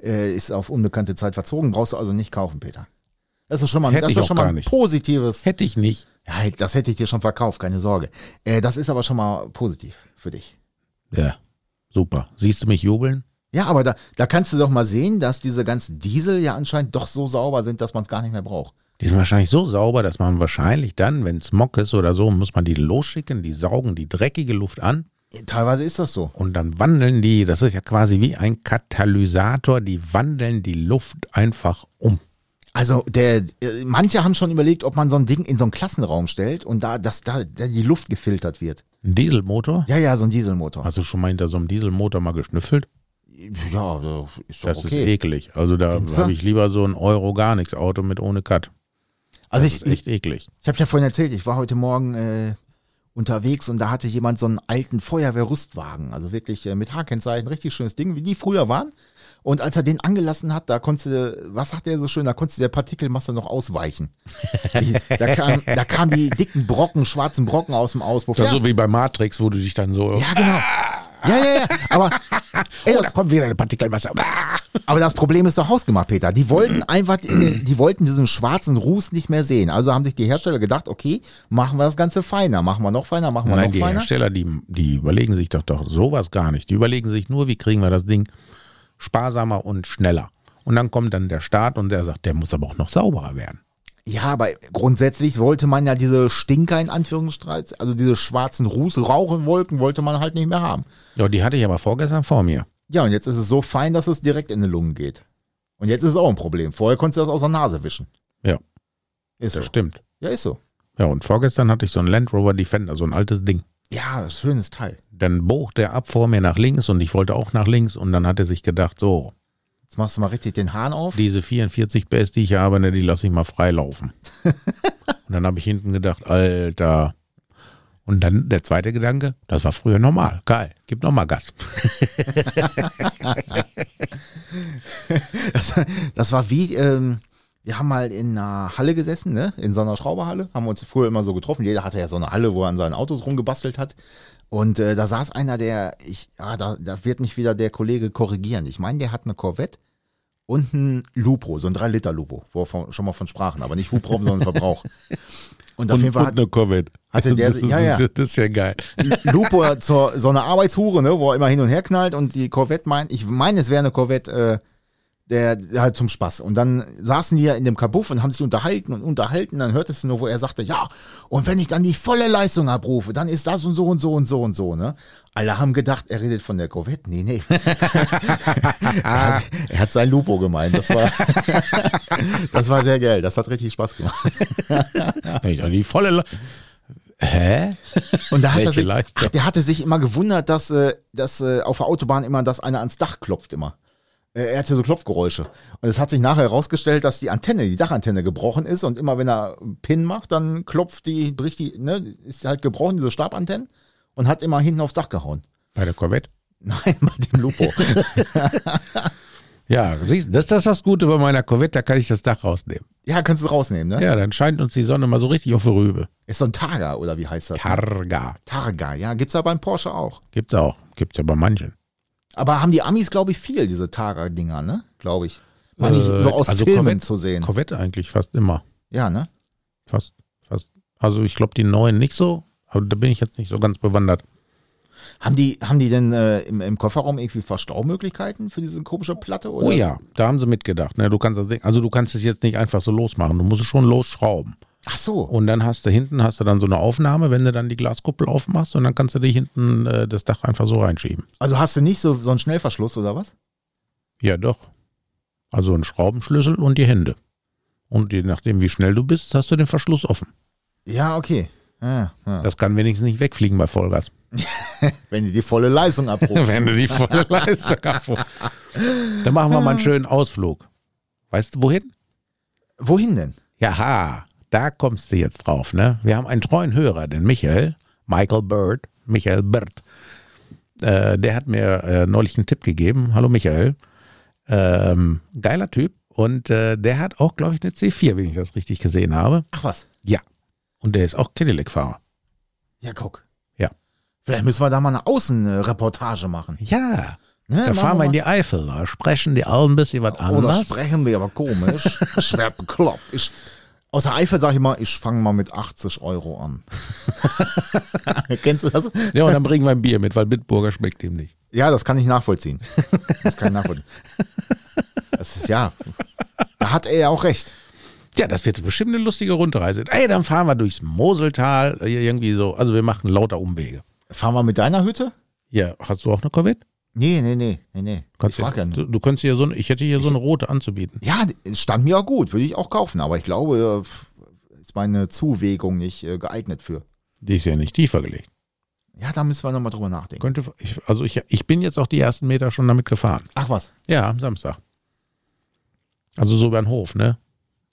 B: äh, ist auf unbekannte Zeit verzogen. Brauchst du also nicht kaufen, Peter. Das ist schon mal,
C: Hätte
B: das
C: ich
B: ist
C: auch
B: schon mal
C: gar
B: ein
C: nicht.
B: positives.
C: Hätte ich nicht.
B: Ja, das hätte ich dir schon verkauft, keine Sorge. Äh, das ist aber schon mal positiv für dich.
C: Ja, super. Siehst du mich jubeln?
B: Ja, aber da, da kannst du doch mal sehen, dass diese ganzen Diesel ja anscheinend doch so sauber sind, dass man es gar nicht mehr braucht.
C: Die sind wahrscheinlich so sauber, dass man wahrscheinlich dann, wenn es Mock ist oder so, muss man die losschicken, die saugen die dreckige Luft an
B: Teilweise ist das so.
C: und dann wandeln die, das ist ja quasi wie ein Katalysator, die wandeln die Luft einfach um.
B: Also der, äh, manche haben schon überlegt, ob man so ein Ding in so einen Klassenraum stellt und da, dass da, da die Luft gefiltert wird.
C: Ein Dieselmotor?
B: Ja, ja, so ein Dieselmotor.
C: Hast du schon mal hinter so einem Dieselmotor mal geschnüffelt?
B: Ja, da ist doch
C: Das ist
B: okay.
C: eklig. Also da
B: Findest du?
C: habe ich lieber so ein Euro gar nichts Auto mit ohne Cut.
B: also
C: Das
B: ich,
C: ist
B: ich,
C: echt eklig.
B: ich habe ja vorhin erzählt, ich war heute Morgen äh, unterwegs und da hatte jemand so einen alten Feuerwehrrüstwagen, also wirklich äh, mit H-Kennzeichen, richtig schönes Ding, wie die früher waren. Und als er den angelassen hat, da konntest du, was sagt er so schön, da konntest du der Partikelmasse noch ausweichen. Die, da kamen da kam die dicken Brocken, schwarzen Brocken aus dem Auspuff.
C: Das
B: Ja,
C: ist so wie bei Matrix, wo du dich dann so.
B: ja, genau.
C: Ah.
B: Ja, ja, ja. Aber, ey,
C: oh, da
B: das,
C: kommt wieder eine Partikelmasse. Ah!
B: aber das Problem ist doch hausgemacht, Peter. Die wollten einfach, die wollten diesen schwarzen Ruß nicht mehr sehen. Also haben sich die Hersteller gedacht, okay, machen wir das Ganze feiner, machen wir noch feiner, machen wir
C: Nein,
B: noch
C: die
B: feiner.
C: Hersteller, die, die überlegen sich doch, doch sowas gar nicht. Die überlegen sich nur, wie kriegen wir das Ding sparsamer und schneller. Und dann kommt dann der Staat und der sagt, der muss aber auch noch sauberer werden.
B: Ja, aber grundsätzlich wollte man ja diese Stinker in Anführungsstreichen, also diese schwarzen Ruß, Rauchenwolken wollte man halt nicht mehr haben.
C: Ja, die hatte ich aber vorgestern vor mir.
B: Ja, und jetzt ist es so fein, dass es direkt in die Lungen geht. Und jetzt ist es auch ein Problem. Vorher konntest du das aus der Nase wischen.
C: Ja,
B: Ist
C: das
B: so.
C: stimmt.
B: Ja, ist so.
C: Ja, und vorgestern hatte ich so einen Land Rover Defender, so ein altes Ding.
B: Ja, schönes Teil.
C: Dann bog der ab vor mir nach links und ich wollte auch nach links und dann hat er sich gedacht, so,
B: Jetzt machst du mal richtig den Hahn auf.
C: diese 44 PS, die ich hier habe, ne, die lasse ich mal frei laufen. und dann habe ich hinten gedacht, Alter. Und dann der zweite Gedanke, das war früher normal. Geil, gib nochmal Gas.
B: Das, das war wie, ähm, wir haben mal in einer Halle gesessen, ne? in so einer Schrauberhalle, haben wir uns früher immer so getroffen. Jeder hatte ja so eine Halle, wo er an seinen Autos rumgebastelt hat. Und äh, da saß einer, der, ich, ah, da, da wird mich wieder der Kollege korrigieren. Ich meine, der hat eine Corvette und einen Lupo, so ein 3-Liter-Lupo, wo wir von, schon mal von sprachen, aber nicht Hubraum, sondern Verbrauch. Und auf jeden Fall hat
C: eine Covid.
B: hatte der-
C: das,
B: ja, ja.
C: Ist, das ist ja geil.
B: Lupo zur, so eine Arbeitshure, ne, wo er immer hin und her knallt und die Corvette meint, ich meine, es wäre eine Corvette, äh, der der halt zum Spaß. Und dann saßen die ja in dem Kabuff und haben sich unterhalten und unterhalten. Dann hörtest du nur, wo er sagte, ja, und wenn ich dann die volle Leistung abrufe, dann ist das und so und so und so und so, ne? Alle haben gedacht, er redet von der Corvette. Nee, nee. er, hat, er hat sein Lupo gemeint. Das war, das war sehr geil. Das hat richtig Spaß gemacht.
C: Wenn ich doch die volle. Le Hä?
B: Und da hat er
C: Welche
B: sich,
C: Leistung?
B: ach, der hatte sich immer gewundert, dass, äh, dass äh, auf der Autobahn immer, dass einer ans Dach klopft immer. Äh, Er hatte so Klopfgeräusche. Und es hat sich nachher herausgestellt, dass die Antenne, die Dachantenne gebrochen ist und immer wenn er Pin macht, dann klopft die, bricht die, ne, ist halt gebrochen, diese Stabantennen und hat immer hinten aufs Dach gehauen.
C: Bei der Corvette.
B: Nein, bei dem Lupo.
C: Ja, siehst, du, das, das ist das Gute bei meiner Corvette, da kann ich das Dach rausnehmen.
B: ja, kannst du rausnehmen, ne?
C: Ja, dann scheint uns die Sonne mal so richtig auf die Rübe.
B: Ist so ein Targa oder wie heißt das?
C: Targa.
B: Targa, ja, gibt's ja beim Porsche auch.
C: Gibt's auch. Gibt's ja bei manchen.
B: Aber haben die Amis, glaube ich, viel, diese Targa-Dinger, ne? Glaube ich. War nicht
C: Äh,
B: so aus
C: also
B: Filmen
C: Corvette-
B: zu sehen.
C: Corvette eigentlich fast immer.
B: Ja, ne?
C: Fast, fast. Also ich glaube die neuen nicht so, aber da bin ich jetzt nicht so ganz bewandert.
B: Haben die, haben die denn äh, im, im Kofferraum irgendwie Verstaumöglichkeiten für diese komische Platte? Oder?
C: Oh ja, da haben sie mitgedacht. Ne? Du kannst das Ding, also du kannst es jetzt nicht einfach so losmachen. Du musst es schon losschrauben.
B: Ach so.
C: Und dann hast du hinten hast du dann so eine Aufnahme, wenn du dann die Glaskuppel aufmachst und dann kannst du dich hinten äh, das Dach einfach so reinschieben.
B: Also hast du nicht so, so einen Schnellverschluss oder was?
C: Ja, doch. Also ein Schraubenschlüssel und die Hände. Und je nachdem, wie schnell du bist, hast du den Verschluss offen.
B: Ja, okay. Ja, ja.
C: Das kann wenigstens nicht wegfliegen bei Vollgas.
B: ah. Wenn du die volle Leistung abrufst.
C: Wenn du die volle Leistung abholst. Dann machen wir mal einen schönen Ausflug. Weißt du, wohin?
B: Wohin denn?
C: Jaha, da kommst du jetzt drauf, ne? Wir haben einen treuen Hörer, den Michael, Michael Bird, Michael Bird. Äh, der hat mir äh, neulich einen Tipp gegeben. Hallo Michael. Ähm, geiler Typ. Und äh, der hat auch, glaube ich, eine C4, wenn ich das richtig gesehen habe.
B: Ach was.
C: Ja. Und der ist auch Cadillac-Fahrer.
B: Ja, guck.
C: Ja.
B: Vielleicht müssen wir da mal eine Außenreportage machen.
C: Ja.
B: Ne,
C: Da
B: machen
C: fahren wir in
B: mal.
C: die Eifel, da sprechen die alle ein bisschen was
B: Oder
C: anderes.
B: sprechen die aber komisch. Ich werd bekloppt. Ich, aus der Eifel sage ich mal, ich fange mal mit 80 Euro an. Kennst du das?
C: Ja, und dann bringen wir ein Bier mit, weil Bitburger schmeckt ihm nicht.
B: Ja, das kann ich nachvollziehen. Das kann ich nachvollziehen. Das ist ja. Da hat er ja auch recht.
C: Ja, das wird bestimmt eine lustige Rundreise. Ey, dann fahren wir durchs Moseltal, äh, irgendwie so. Also wir machen lauter Umwege.
B: Fahren wir mit deiner Hütte?
C: Ja, hast du auch eine Corvette?
B: Nee, nee, nee, nee, nee. ich
C: Kannst
B: frag ja
C: du,
B: nur.
C: du, du könntest hier so, eine- ich hätte hier so eine rote anzubieten.
B: Ja, es stand mir auch gut, würde ich auch kaufen, aber ich glaube, äh, pf, ist meine Zuwägung nicht äh, geeignet für.
C: Die ist ja nicht tiefer gelegt.
B: Ja, da müssen wir nochmal drüber nachdenken.
C: Könnte, ich, also ich, ich bin jetzt auch die ersten Meter schon damit gefahren.
B: Ach was.
C: Ja, am Samstag. Also so über den Hof, ne?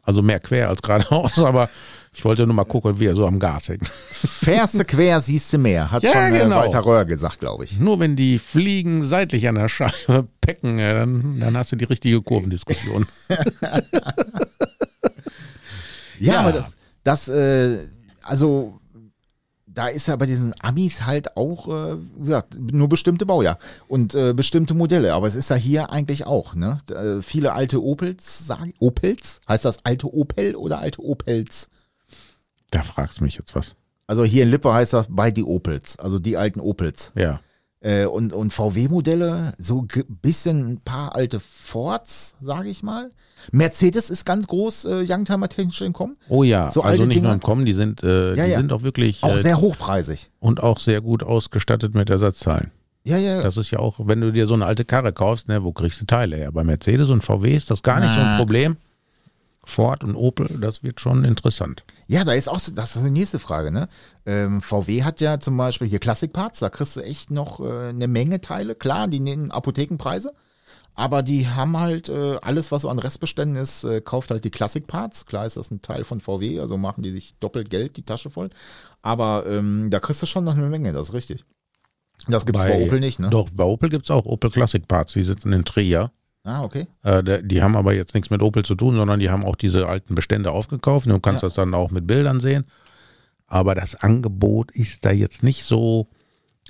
C: Also mehr quer als geradeaus, aber ich wollte nur mal gucken, wie er so am Gas hängt.
B: Fährst du quer, siehst du mehr, hat
C: Ja,
B: schon äh,
C: genau.
B: Walter Röhr gesagt, glaube ich.
C: Nur wenn die Fliegen seitlich an der Scheibe pecken, äh, dann, dann hast du die richtige Kurvendiskussion.
B: Ja,
C: Ja.
B: aber das, das äh, also da ist ja bei diesen Amis halt auch, äh, wie gesagt, nur bestimmte Baujahr und äh, bestimmte Modelle. Aber es ist ja hier eigentlich auch, ne? D- Äh, viele alte Opels sagen, Opels? Heißt das alte Opel oder alte Opels?
C: Da fragst du mich jetzt was.
B: Also hier in Lippe heißt das bei die Opels, also die alten Opels.
C: Ja.
B: Äh, und und VW-Modelle, so ge- bisschen ein paar alte Fords, sage ich mal. Mercedes ist ganz groß, äh, Youngtimer technisch entkommen.
C: Oh ja,
B: So
C: also
B: alte
C: nicht
B: Dinger.
C: nur im Kommen, die sind, äh,
B: Ja,
C: die
B: ja.
C: sind auch wirklich
B: Auch
C: äh,
B: sehr hochpreisig.
C: und auch sehr gut ausgestattet mit Ersatzteilen.
B: Ja, ja.
C: Das ist ja auch, wenn du dir so eine alte Karre kaufst, ne, wo kriegst du Teile her? Bei Mercedes und VW ist das gar nicht
B: Ah.
C: so ein Problem. Ford und Opel, das wird schon interessant.
B: Ja, da ist auch so, das ist die nächste Frage, ne? Ähm, VW hat ja zum Beispiel hier Klassikparts, da kriegst du echt noch äh, eine Menge Teile. Klar, die nehmen Apothekenpreise, aber die haben halt äh, alles, was so an Restbeständen ist, äh, kauft halt die Klassikparts. Klar ist das ein Teil von VW, also machen die sich doppelt Geld die Tasche voll. Aber ähm, da kriegst du schon noch eine Menge, das ist richtig. Das gibt's bei, Opel nicht, ne?
C: Doch, bei Opel gibt es auch Opel Classic Parts, die sitzen in Trier.
B: Ah, okay.
C: Äh, der- die haben aber jetzt nichts mit Opel zu tun, sondern die haben auch diese alten Bestände aufgekauft. Du kannst
B: Ja.
C: das dann auch mit Bildern sehen. Aber das Angebot ist da jetzt nicht so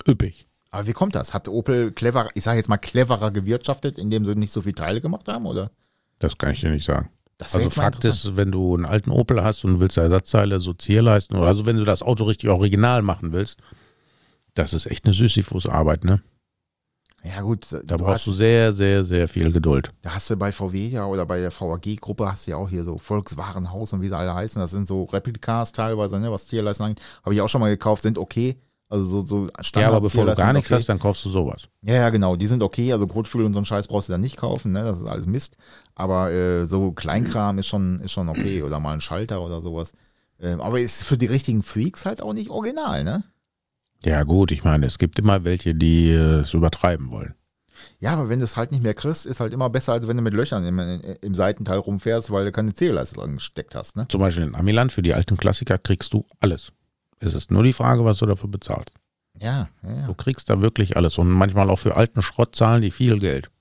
C: üppig.
B: Aber wie kommt das? Hat Opel clever, ich sage jetzt mal cleverer gewirtschaftet, indem sie nicht so viele Teile gemacht haben, oder?
C: Das kann ich dir nicht sagen.
B: Das wär
C: Also
B: jetzt mal
C: Fakt
B: interessant.
C: ist, wenn du einen alten Opel hast und willst Ersatzteile so Zierleisten oder also wenn du das Auto richtig original machen willst, das ist echt eine Sisyphus-Arbeit, ne?
B: Ja gut,
C: Da brauchst du sehr, sehr, sehr viel Geduld.
B: Da hast du bei VW ja oder bei der VAG-Gruppe hast du ja auch hier so Volkswarenhaus und wie sie alle heißen. Das sind so Replikas teilweise, ne, was Tierleisten angeht. Habe ich auch schon mal gekauft, sind okay. Also so, so
C: Ja, aber bevor du
B: Standard-Tierleisten
C: gar
B: sind
C: nichts
B: okay.
C: hast, dann kaufst du sowas.
B: Ja, ja, genau. Die sind okay. Also Kotflügel und so einen Scheiß brauchst du dann nicht kaufen, ne? Das ist alles Mist. Aber äh, so Kleinkram ist schon, ist schon okay. Oder mal ein Schalter oder sowas. Ähm, aber ist für die richtigen Freaks halt auch nicht original, ne?
C: Ja gut, ich meine, es gibt immer welche, die äh, es übertreiben wollen.
B: Ja, aber wenn du es halt nicht mehr kriegst, ist halt immer besser, als wenn du mit Löchern im, äh, im Seitenteil rumfährst, weil du keine Zählleiste dran gesteckt hast. Ne?
C: Zum Beispiel in Amiland, für die alten Klassiker kriegst du alles. Es ist nur die Frage, was du dafür bezahlst.
B: Ja, ja, ja.
C: Du kriegst da wirklich alles. Und manchmal auch für alten Schrott zahlen die viel Geld.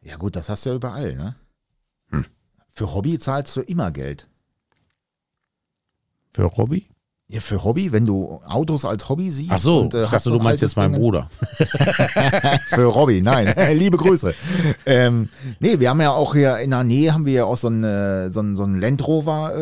B: Ja, gut, das hast du ja überall. Ne?
C: Hm.
B: Für Hobby zahlst du immer Geld.
C: Für Robby?
B: Ja, für Hobby, wenn du Autos als Hobby siehst.
C: Ach so,
B: und, äh,
C: ich
B: hast
C: dachte, du
B: ein
C: meinst
B: altes
C: jetzt meinen
B: Ding-
C: Bruder.
B: Für Robby, nein. Liebe Grüße. Ähm, nee, wir haben ja auch hier in der Nähe haben wir ja auch so einen, äh, so einen, so einen Land Rover.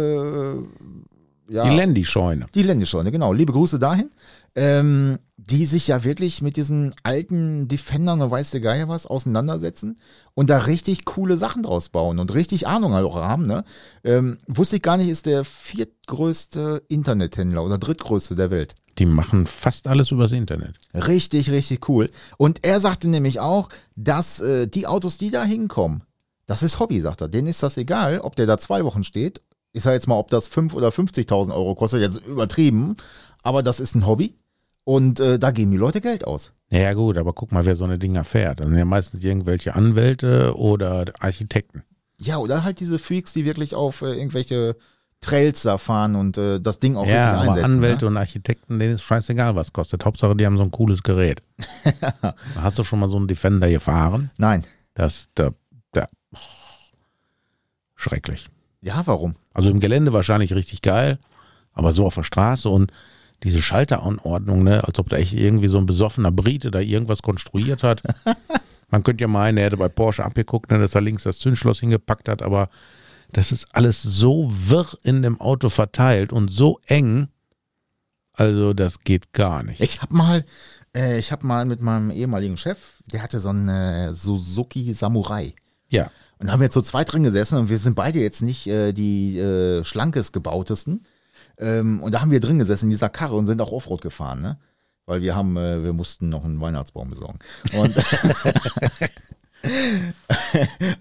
B: Äh, ja,
C: Die Landy-Scheune.
B: die Ländescheune, genau. Liebe Grüße dahin. Ähm, die sich ja wirklich mit diesen alten Defendern und weiß der Geier was auseinandersetzen und da richtig coole Sachen draus bauen und richtig Ahnung halt auch haben. Ne? Ähm, wusste ich gar nicht, ist der viertgrößte Internethändler oder drittgrößte der Welt.
C: Die machen fast alles übers Internet.
B: Richtig, richtig cool. Und er sagte nämlich auch, dass äh, die Autos, die da hinkommen, das ist Hobby, sagt er. Denen ist das egal, ob der da zwei Wochen steht. Ich sage jetzt mal, ob das 5 oder 50.000 Euro kostet, jetzt übertrieben. Aber das ist ein Hobby und äh, da geben die Leute Geld aus.
C: Ja gut, aber guck mal, wer so eine Dinger fährt. Das sind ja meistens irgendwelche Anwälte oder Architekten.
B: Ja, oder halt diese Freaks, die wirklich auf äh, irgendwelche Trails da fahren und äh, das Ding auch
C: ja,
B: richtig
C: aber
B: einsetzen.
C: Anwälte
B: ne?
C: und Architekten, denen ist scheißegal, was kostet. Hauptsache, die haben so ein cooles Gerät. Hast du schon mal so einen Defender gefahren?
B: Nein.
C: Das, da, da, schrecklich.
B: Ja, warum?
C: Also im Gelände wahrscheinlich richtig geil, aber so auf der Straße und diese Schalteranordnung, ne, als ob da echt irgendwie so ein besoffener Brite da irgendwas konstruiert hat. Man könnte ja meinen, er hätte bei Porsche abgeguckt, ne, dass er links das Zündschloss hingepackt hat, aber das ist alles so wirr in dem Auto verteilt und so eng. Also das geht gar nicht.
B: Ich hab mal, äh, ich hab mal mit meinem ehemaligen Chef, der hatte so einen äh, Suzuki Samurai.
C: Ja,
B: Und da haben wir zu zweit drin gesessen und wir sind beide jetzt nicht äh, die äh, schlankes gebautesten. Ähm, und da haben wir drin gesessen in dieser Karre und sind auch Offroad gefahren, ne? Weil wir haben, äh, wir mussten noch einen Weihnachtsbaum besorgen. Und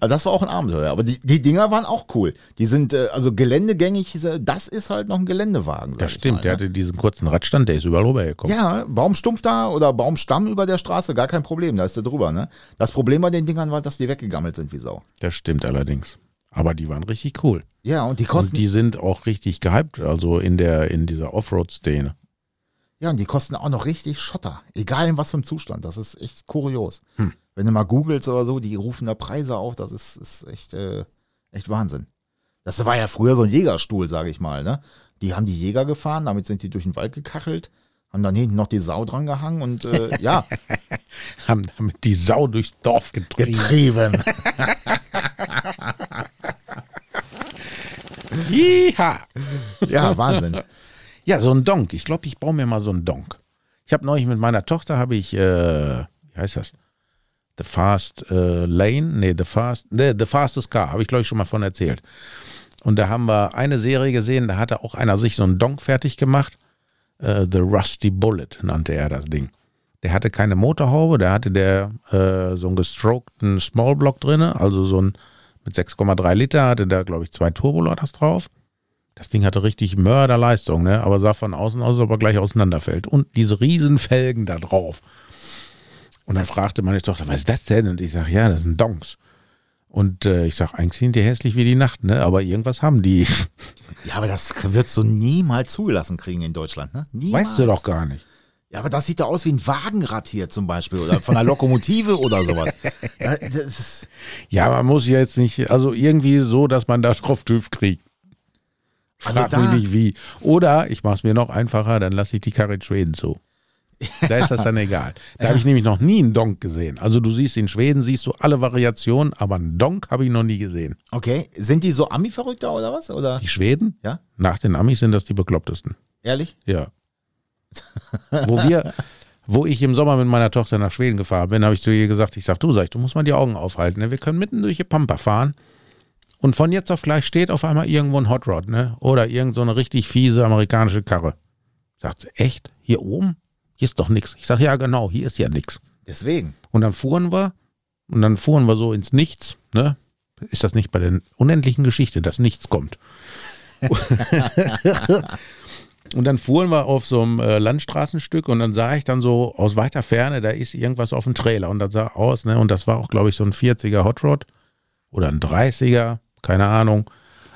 B: also das war auch ein Abenteuer. Aber die, die Dinger waren auch cool. Die sind äh, also geländegängig. Das ist halt noch ein Geländewagen. sag
C: das
B: ich
C: stimmt.
B: mal,
C: Der
B: ne?
C: hatte diesen kurzen Radstand, der ist überall rübergekommen.
B: Ja, Baumstumpf da oder Baumstamm über der Straße, gar kein Problem, da ist der drüber, ne? Das Problem bei den Dingern war, dass die weggegammelt sind wie Sau.
C: Das stimmt allerdings. Aber die waren richtig cool.
B: Ja, und die kosten
C: Und die sind auch richtig gehypt, also in der in dieser Offroad-Szene.
B: Ja, und die kosten auch noch richtig Schotter. Egal in was für einem Zustand. Das ist echt kurios.
C: Hm.
B: Wenn du mal googelst oder so, die rufen da Preise auf. Das ist, ist echt, äh, echt Wahnsinn. Das war ja früher so ein Jägerstuhl, sage ich mal. Ne? Die haben die Jäger gefahren, damit sind die durch den Wald gekachelt, haben dann hinten noch die Sau dran gehangen und äh, ja,
C: Haben damit die Sau durchs Dorf getrieben.
B: getrieben.
C: Jeha.
B: ja, Wahnsinn.
C: Ja, so ein Donk. Ich glaube, ich baue mir mal so einen Donk. Ich habe neulich mit meiner Tochter habe ich, äh, wie heißt das? The Fast äh, Lane, nee, The Fast, nee, The Fastest Car, habe ich glaube ich schon mal von erzählt. Und da haben wir eine Serie gesehen, da hatte auch einer sich so einen Donk fertig gemacht. Äh, The Rusty Bullet nannte er das Ding. Der hatte keine Motorhaube, da hatte der äh, so einen gestrokten Smallblock drinne, also so ein mit 6,3 Liter, hatte da glaube ich zwei Turbolader drauf. Das Ding hatte richtig Mörderleistung, ne? aber sah von außen aus, als ob er gleich auseinanderfällt. Und diese riesen Felgen da drauf. Und dann fragte meine Tochter, was ist das denn? Und ich sage, ja, das sind Donks. Und äh, ich sage, eigentlich sind die hässlich wie die Nacht, ne? aber irgendwas haben die.
B: Ja, aber das wirst du niemals zugelassen kriegen in Deutschland. Ne? Niemals.
C: Weißt du doch gar nicht.
B: Ja, aber das sieht doch aus wie ein Wagenrad hier zum Beispiel oder von einer Lokomotive oder sowas. Ja, Das ist,
C: Ja, man muss ja jetzt nicht, also irgendwie so, dass man da drauf TÜV kriegt.
B: Also
C: Frag
B: da-
C: mich nicht wie. Oder ich mache es mir noch einfacher, dann lasse ich die Karre in Schweden zu. Da ist das dann egal. Da habe ich nämlich noch nie einen Donk gesehen. Also du siehst in Schweden, siehst du alle Variationen, aber einen Donk habe ich noch nie gesehen.
B: Okay, sind die so Ami-Verrückter oder was? Oder?
C: Die Schweden?
B: Ja,
C: Nach den Amis sind das die beklopptesten.
B: ehrlich?
C: Ja. Wo wir, wo ich im Sommer mit meiner Tochter nach Schweden gefahren bin, habe ich zu ihr gesagt, ich sag, du sag, ich, du musst mal die Augen aufhalten. Ne? Wir können mitten durch die Pampa fahren und von jetzt auf gleich steht auf einmal irgendwo ein Hot Rod, ne? Oder irgend so eine richtig fiese amerikanische Karre. Sagt sie, echt? Hier oben? Hier ist doch nichts. Ich sag, ja genau, hier ist ja nichts.
B: Deswegen.
C: Und dann fuhren wir und dann fuhren wir so ins Nichts, ne? Ist das nicht bei der unendlichen Geschichte, dass nichts kommt? Und dann fuhren wir auf so einem äh, Landstraßenstück und dann sah ich dann so aus weiter Ferne, da ist irgendwas auf dem Trailer und das sah aus, ne? Und das war auch, glaube ich, so ein 40er Hot Rod oder ein 30er, keine Ahnung.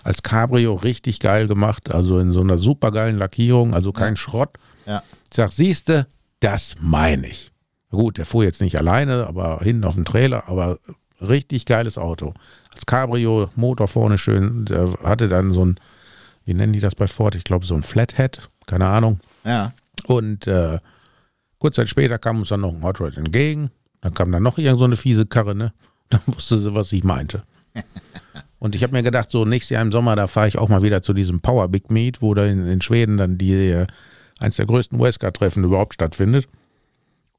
C: Als Cabrio richtig geil gemacht, also in so einer super geilen Lackierung, also kein Schrott.
B: Ja.
C: Ich sag, siehste, das meine ich. Gut, der fuhr jetzt nicht alleine, aber hinten auf dem Trailer, aber richtig geiles Auto. Als Cabrio, Motor vorne schön, der hatte dann so ein, wie nennen die das bei Ford? Ich glaube, so ein Flathead, keine Ahnung.
B: Ja.
C: Und äh, kurz Zeit später kam uns dann noch ein Hot Rod entgegen. Dann kam dann noch irgend so eine fiese Karre, ne? Dann wusste sie, was ich meinte. Und ich habe mir gedacht, so nächstes Jahr im Sommer, da fahre ich auch mal wieder zu diesem Power Big Meet, wo da in, in Schweden dann die, äh, eins der größten Huesca-Treffen überhaupt stattfindet.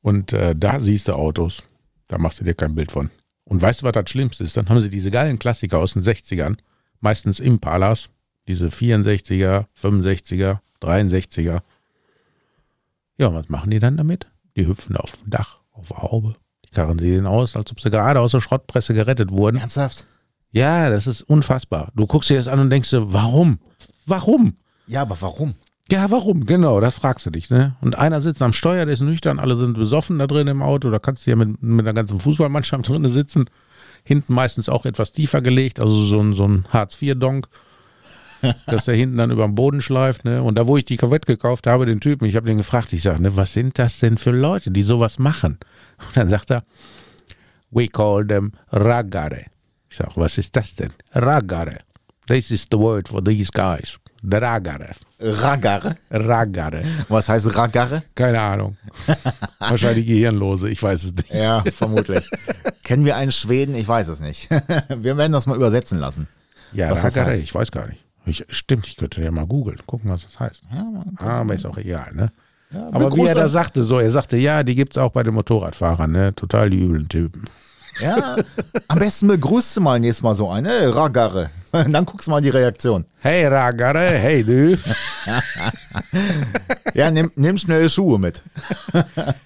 C: Und äh, da siehst du Autos. Da machst du dir kein Bild von. Und weißt du, was das Schlimmste ist? Dann haben sie diese geilen Klassiker aus den 60ern, meistens Impalas, diese 64er, 65er, 63er. Ja, und was machen die dann damit? Die hüpfen auf dem Dach, auf der Haube. Die karren sie denen aus, als ob sie gerade aus der Schrottpresse gerettet wurden.
B: Ernsthaft?
C: Ja, das ist unfassbar. Du guckst dir das an und denkst dir, warum? Warum?
B: Ja, aber warum?
C: Ja, warum? Genau, das fragst du dich, ne? Und einer sitzt am Steuer, der ist nüchtern, alle sind besoffen da drin im Auto, da kannst du ja mit, mit der ganzen Fußballmannschaft drin sitzen. Hinten meistens auch etwas tiefer gelegt, also so ein, so ein Hartz-IV-Donk, dass der hinten dann über den Boden schleift, ne? Und da, wo ich die Kavett gekauft habe, den Typen, ich habe den gefragt, ich sage, ne, was sind das denn für Leute, die sowas machen? Und dann sagt er, we call them Ragare. Ich sage, was ist das denn? Ragare. This is the word for these guys. Dragare.
B: Ragare?
C: Ragare.
B: Was heißt Ragare?
C: Keine Ahnung. Wahrscheinlich Gehirnlose, ich weiß es nicht.
B: Ja, vermutlich. Kennen wir einen Schweden? Ich weiß es nicht. Wir werden das mal übersetzen lassen.
C: Ja,
B: Was das
C: Ragare,
B: heißt?
C: ich weiß gar nicht. Ich, stimmt, ich könnte ja mal googeln, gucken, was das heißt. Ah, Aber ist auch egal, ne? Aber wie
B: Gruß
C: er
B: an-
C: da sagte, so, er sagte, ja, die gibt's auch bei den Motorradfahrern, ne? Total die üblen Typen.
B: Ja. Am besten begrüßt du mal nächstes Mal so einen. Hey, Ragare. Dann guckst du mal die Reaktion.
C: Hey Ragare, hey du.
B: Ja, nimm, nimm schnelle Schuhe mit.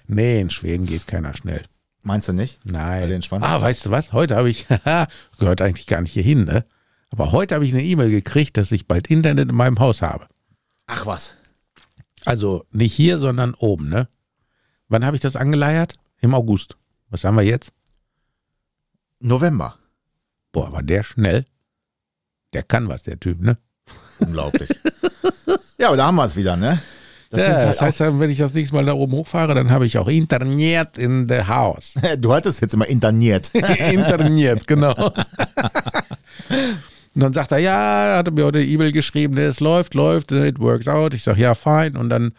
C: Nee, in Schweden geht keiner schnell.
B: Meinst du nicht?
C: Nein.
B: Alle entspannt?
C: Ah, weißt du was? Heute habe ich, haha, gehört eigentlich gar nicht hierhin, ne? Aber heute habe ich eine E-Mail gekriegt, dass ich bald Internet in meinem Haus habe.
B: Ach was.
C: Also nicht hier, sondern oben, ne? Wann habe ich das angeleiert? Im August. Was haben wir jetzt?
B: November.
C: Boah, war der schnell. Der kann was, der Typ, ne?
B: Unglaublich. ja, aber da haben wir es wieder, ne? Das
C: ja,
B: ist
C: das
B: halt
C: heißt, dann, wenn ich das nächste Mal da oben hochfahre, dann habe ich auch Internet in the house.
B: auch, du hattest jetzt immer interniert.
C: Internet, genau. Und dann sagt er, ja, hat er mir heute eine E-Mail geschrieben, ne, es läuft, läuft, ne, it works out. Ich sage, ja, fine. Und dann,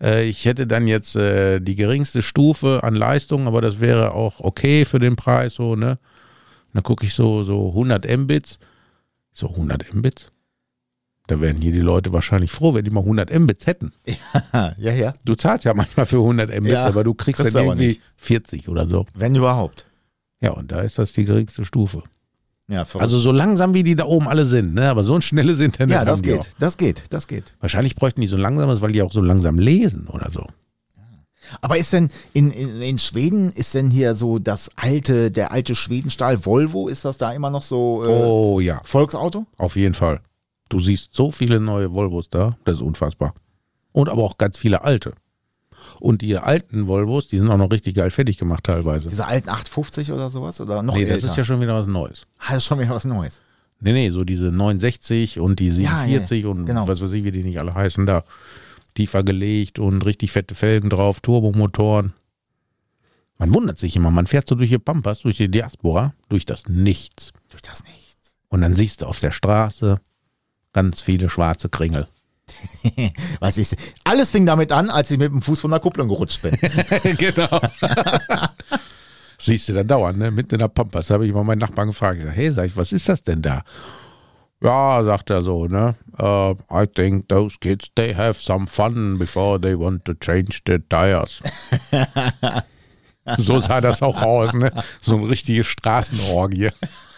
C: äh, ich hätte dann jetzt äh, die geringste Stufe an Leistung, aber das wäre auch okay für den Preis, so, ne. Und dann gucke ich so, so 100 Mbits. So 100 Mbits? Da wären hier die Leute wahrscheinlich froh, wenn die mal 100 Mbits hätten.
B: ja, ja.
C: Du zahlst ja manchmal für 100 Mbits,
B: Ja,
C: aber du kriegst
B: kriegst
C: dann
B: du aber
C: irgendwie
B: nicht.
C: 40 oder so.
B: Wenn überhaupt.
C: Ja, und da ist das die geringste Stufe.
B: Ja, verrückt.
C: Also so langsam wie die da oben alle sind, ne? Aber so ein schnelles Internet.
B: ja, das
C: haben die
B: geht,
C: Auch.
B: das geht, das geht.
C: Wahrscheinlich bräuchten die so ein langsames, weil die auch so langsam lesen oder so.
B: Aber ist denn in, in, in Schweden, ist denn hier so das alte, der alte Schwedenstahl Volvo, ist das da immer noch so äh,
C: Oh ja,
B: Volksauto?
C: auf jeden Fall. Du siehst so viele neue Volvos da, das ist unfassbar. Und aber auch ganz viele alte. Und die alten Volvos, die sind auch noch richtig geil fertig gemacht teilweise.
B: Diese alten 850 oder sowas? Oder noch
C: Nee,
B: älter?
C: das ist ja schon wieder was Neues.
B: Ah, das ist schon wieder was Neues.
C: Nee, nee, so diese 69 und die
B: Ja,
C: 47 und
B: genau.
C: was weiß ich, wie die nicht alle heißen, da tiefer gelegt und richtig fette Felgen drauf, Turbomotoren. Man wundert sich immer, man fährt so durch die Pampas, durch die Diaspora, durch das Nichts.
B: Tut das nicht.
C: Und dann siehst du auf der Straße ganz viele schwarze Kringel.
B: Was ist? Alles fing damit an, als ich mit dem Fuß von der Kupplung gerutscht bin.
C: genau. Siehst du dann dauernd, ne? mitten in der Pampas. Da habe ich mal meinen Nachbarn gefragt. Ich sag, hey, sag ich, was ist das denn da? Ja, sagt er so, ne? "Uh, I think those kids, they have some fun before they want to change the tires. so sah das auch aus, ne? So eine richtige Straßenorgie.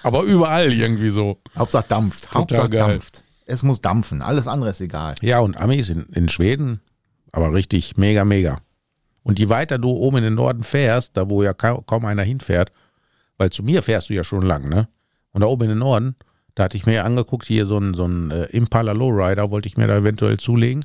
C: Aber überall irgendwie so.
B: Hauptsache dampft. Hauptsache
C: geil.
B: dampft. Es muss dampfen. Alles andere ist egal.
C: Ja, und Amis in, in Schweden, aber richtig mega, mega. Und je weiter du oben in den Norden fährst, da wo ja ka kaum einer hinfährt, weil zu mir fährst du ja schon lang, ne? Und da oben in den Norden, da hatte ich mir angeguckt, hier so ein, so ein äh, Impala Lowrider wollte ich mir da eventuell zulegen.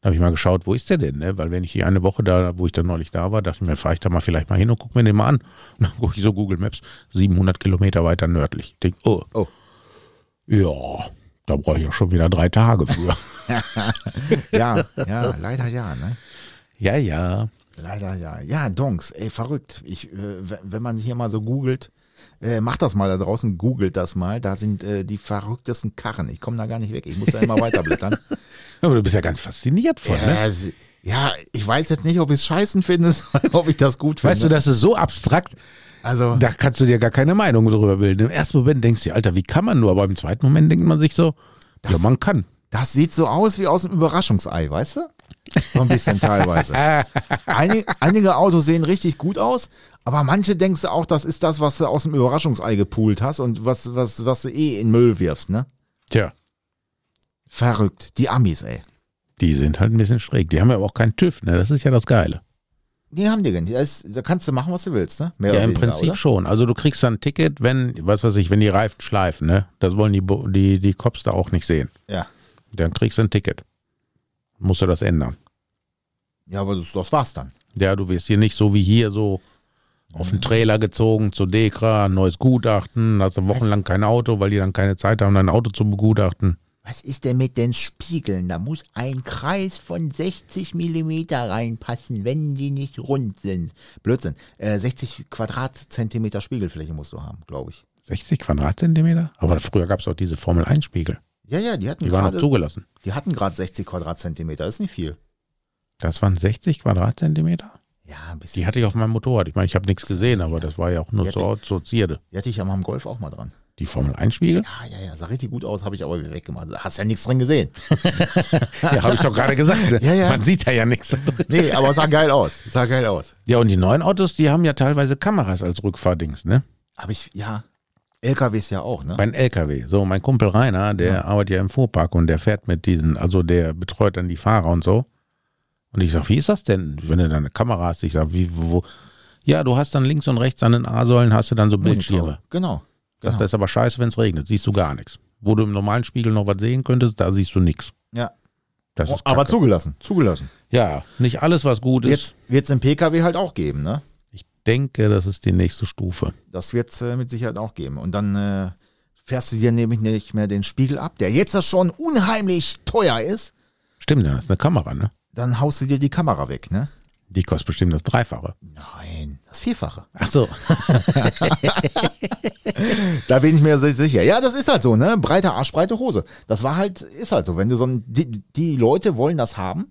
C: Da habe ich mal geschaut, wo ist der denn? Ne? Weil wenn ich die eine Woche da, wo ich dann neulich da war, dachte ich mir, fahre ich da mal vielleicht mal hin und gucke mir den mal an. Und dann gucke ich so Google Maps, 700 Kilometer weiter nördlich. Ich denke, oh,
B: Oh.
C: ja, da brauche ich ja schon wieder drei Tage für.
B: Ja, ja, leider ja, ne?
C: ja, ja.
B: Leider ja. Ja, Donks, ey, verrückt. Ich, äh, w- wenn man hier mal so googelt, äh, macht das mal da draußen, googelt das mal. Da sind äh, die verrücktesten Karren. Ich komme da gar nicht weg. Ich muss da immer weiterblättern.
C: Aber du bist ja ganz fasziniert von, ne?
B: ja, sie- ja, ich weiß jetzt nicht, ob ich es scheißen finde, sondern ob ich das gut finde.
C: Weißt du, das ist so abstrakt,
B: also,
C: da kannst du dir gar keine Meinung drüber bilden. Im ersten Moment denkst du, dir, Alter, wie kann man nur? Aber im zweiten Moment denkt man sich so, ja, man kann.
B: das sieht so aus wie aus einem Überraschungsei, weißt du? So ein bisschen teilweise. Einig, einige Autos sehen richtig gut aus, aber manche denkst du auch, das ist das, was du aus dem Überraschungsei gepoolt hast und was, was, was du eh in Müll wirfst, ne?
C: Tja,
B: Verrückt. Die Amis, ey.
C: die sind halt ein bisschen schräg. Die haben ja aber auch keinen TÜV, ne? Das ist ja das Geile.
B: Die haben die denn. Da ist- Da kannst du machen, was du willst, ne? Mehr
C: Ja,
B: oder
C: im
B: weniger,
C: Prinzip
B: oder?
C: schon. Also du kriegst dann ein Ticket, wenn, was weiß ich, wenn die Reifen schleifen, ne? Das wollen die, Bo- die, die Cops da auch nicht sehen.
B: Ja.
C: Dann kriegst du ein Ticket. Musst du das ändern.
B: Ja, aber das, das war's dann.
C: Ja, du wirst hier nicht so wie hier so auf den Trailer gezogen zu Dekra, neues Gutachten, hast du wochenlang kein Auto, weil die dann keine Zeit haben, dein Auto zu begutachten.
B: Was ist denn mit den Spiegeln? Da muss ein Kreis von 60 Millimeter reinpassen, wenn die nicht rund sind. Blödsinn. Äh, 60 Quadratzentimeter Spiegelfläche musst du haben, glaube ich.
C: 60 Quadratzentimeter? Aber früher gab es auch diese Formel-1-Spiegel.
B: Ja, ja, die hatten
C: Die waren auch
B: gerade
C: zugelassen.
B: die hatten gerade 60 Quadratzentimeter, ist nicht viel.
C: Das waren 60 Quadratzentimeter?
B: Ja, ein bisschen.
C: Die hatte ich auf meinem Motorrad. Ich meine, ich habe nichts gesehen, aber das war ja auch nur
B: Die
C: zur, zur Zierde.
B: Die hatte ich ja mal im Golf auch mal dran.
C: Die Formel-1-Spiegel?
B: Ja, ja, ja, sah richtig gut aus, habe ich aber wieder weggemacht. Hast ja nichts drin gesehen.
C: Ja, habe ich doch gerade gesagt. ne?
B: Ja, ja.
C: Man sieht da ja nichts.
B: Nee, aber sah geil aus. Sah geil aus.
C: Ja, und die neuen Autos, die haben ja teilweise Kameras als Rückfahrdings, ne?
B: Aber ich, ja, LKWs ja auch, ne?
C: Bei einem LKW. So, mein Kumpel Rainer, der arbeitet ja im Fuhrpark und der fährt mit diesen, also der betreut dann die Fahrer und so. Und ich sag, wie ist das denn, wenn du da eine Kamera hast? Ich sag, wie, wo? Ja, du hast dann links und rechts an den A-Säulen hast du dann so Bildschirme.
B: Genau.
C: Das,
B: genau.
C: das ist aber scheiße, wenn es regnet, siehst du gar nichts. Wo du im normalen Spiegel noch was sehen könntest, da siehst du nichts.
B: ja.
C: Das ist
B: Oh, aber
C: Kacke.
B: zugelassen. Zugelassen.
C: Ja, nicht alles, was gut ist.
B: Jetzt wird's im PKW halt auch geben, ne?
C: Ich denke, das ist die nächste Stufe.
B: Das wird's äh, mit Sicherheit auch geben. Und dann äh, fährst du dir nämlich nicht mehr den Spiegel ab, der jetzt schon unheimlich teuer ist.
C: Stimmt, dann ist eine Kamera, ne?
B: Dann haust du dir die Kamera weg, ne?
C: Die kostet bestimmt das Dreifache.
B: Nein, das Vierfache.
C: Ach so.
B: Da bin ich mir sehr sicher. Ja, das ist halt so, ne? Breiter Arsch, breite Hose. Das war halt, ist halt so. Wenn du so ein, die, die Leute wollen das haben,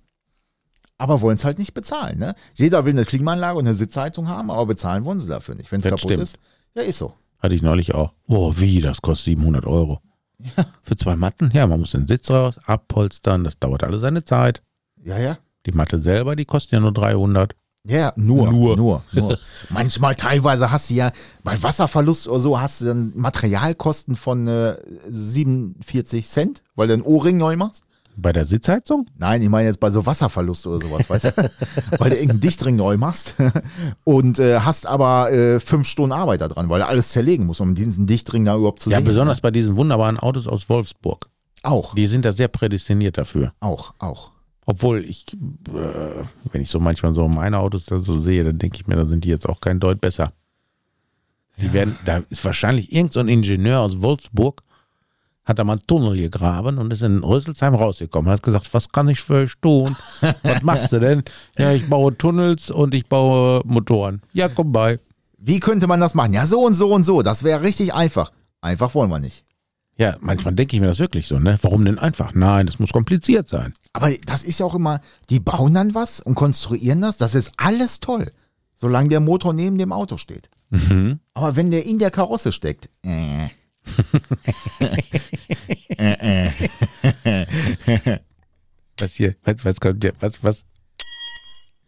B: aber wollen es halt nicht bezahlen, ne? Jeder will eine Klimaanlage und eine Sitzheizung haben, aber bezahlen wollen sie dafür nicht. Wenn es
C: Das
B: kaputt
C: stimmt.
B: ist, ja, ist so.
C: Hatte ich neulich auch. Oh, wie, das kostet 700 Euro. Für zwei Matten? Ja, man muss den Sitz raus, abpolstern, das dauert alle seine Zeit.
B: Ja, ja.
C: Die Matte selber, die kostet ja nur 300.
B: Ja, ja, nur,
C: Nur.
B: nur, nur, Manchmal, teilweise hast du ja, bei Wasserverlust oder so, hast du dann Materialkosten von äh, 47 Cent, weil du einen O-Ring neu machst.
C: Bei der Sitzheizung?
B: Nein, ich meine jetzt bei so Wasserverlust oder sowas, weißt du? weil du irgendeinen Dichtring neu machst und äh, hast aber äh, fünf Stunden Arbeit da dran, weil du alles zerlegen musst, um diesen Dichtring da überhaupt zu
C: Ja,
B: sehen.
C: besonders bei diesen wunderbaren Autos aus Wolfsburg.
B: Auch,
C: Die sind da sehr prädestiniert dafür.
B: auch, auch.
C: Obwohl ich, äh, wenn ich so manchmal so meine Autos da so sehe, dann denke ich mir, da sind die jetzt auch kein Deut besser. Die werden, da ist wahrscheinlich irgendein so ein Ingenieur aus Wolfsburg, hat da mal einen Tunnel gegraben und ist in Rüsselsheim rausgekommen und hat gesagt, was kann ich für euch tun? Was machst du denn? Ja, ich baue Tunnels und ich baue Motoren. Ja, komm bei.
B: Wie könnte man das machen? Ja, so und so und so, das wäre richtig einfach. Einfach wollen wir nicht.
C: Ja, manchmal denke ich mir das wirklich so, ne? Warum denn einfach? Nein, das muss kompliziert sein.
B: Aber das ist ja auch immer, die bauen dann was und konstruieren das, das ist alles toll, solange der Motor neben dem Auto steht.
C: Mhm.
B: Aber wenn der in der Karosse steckt, äh. äh, äh.
C: Was hier? Was, was kommt hier? Was, was?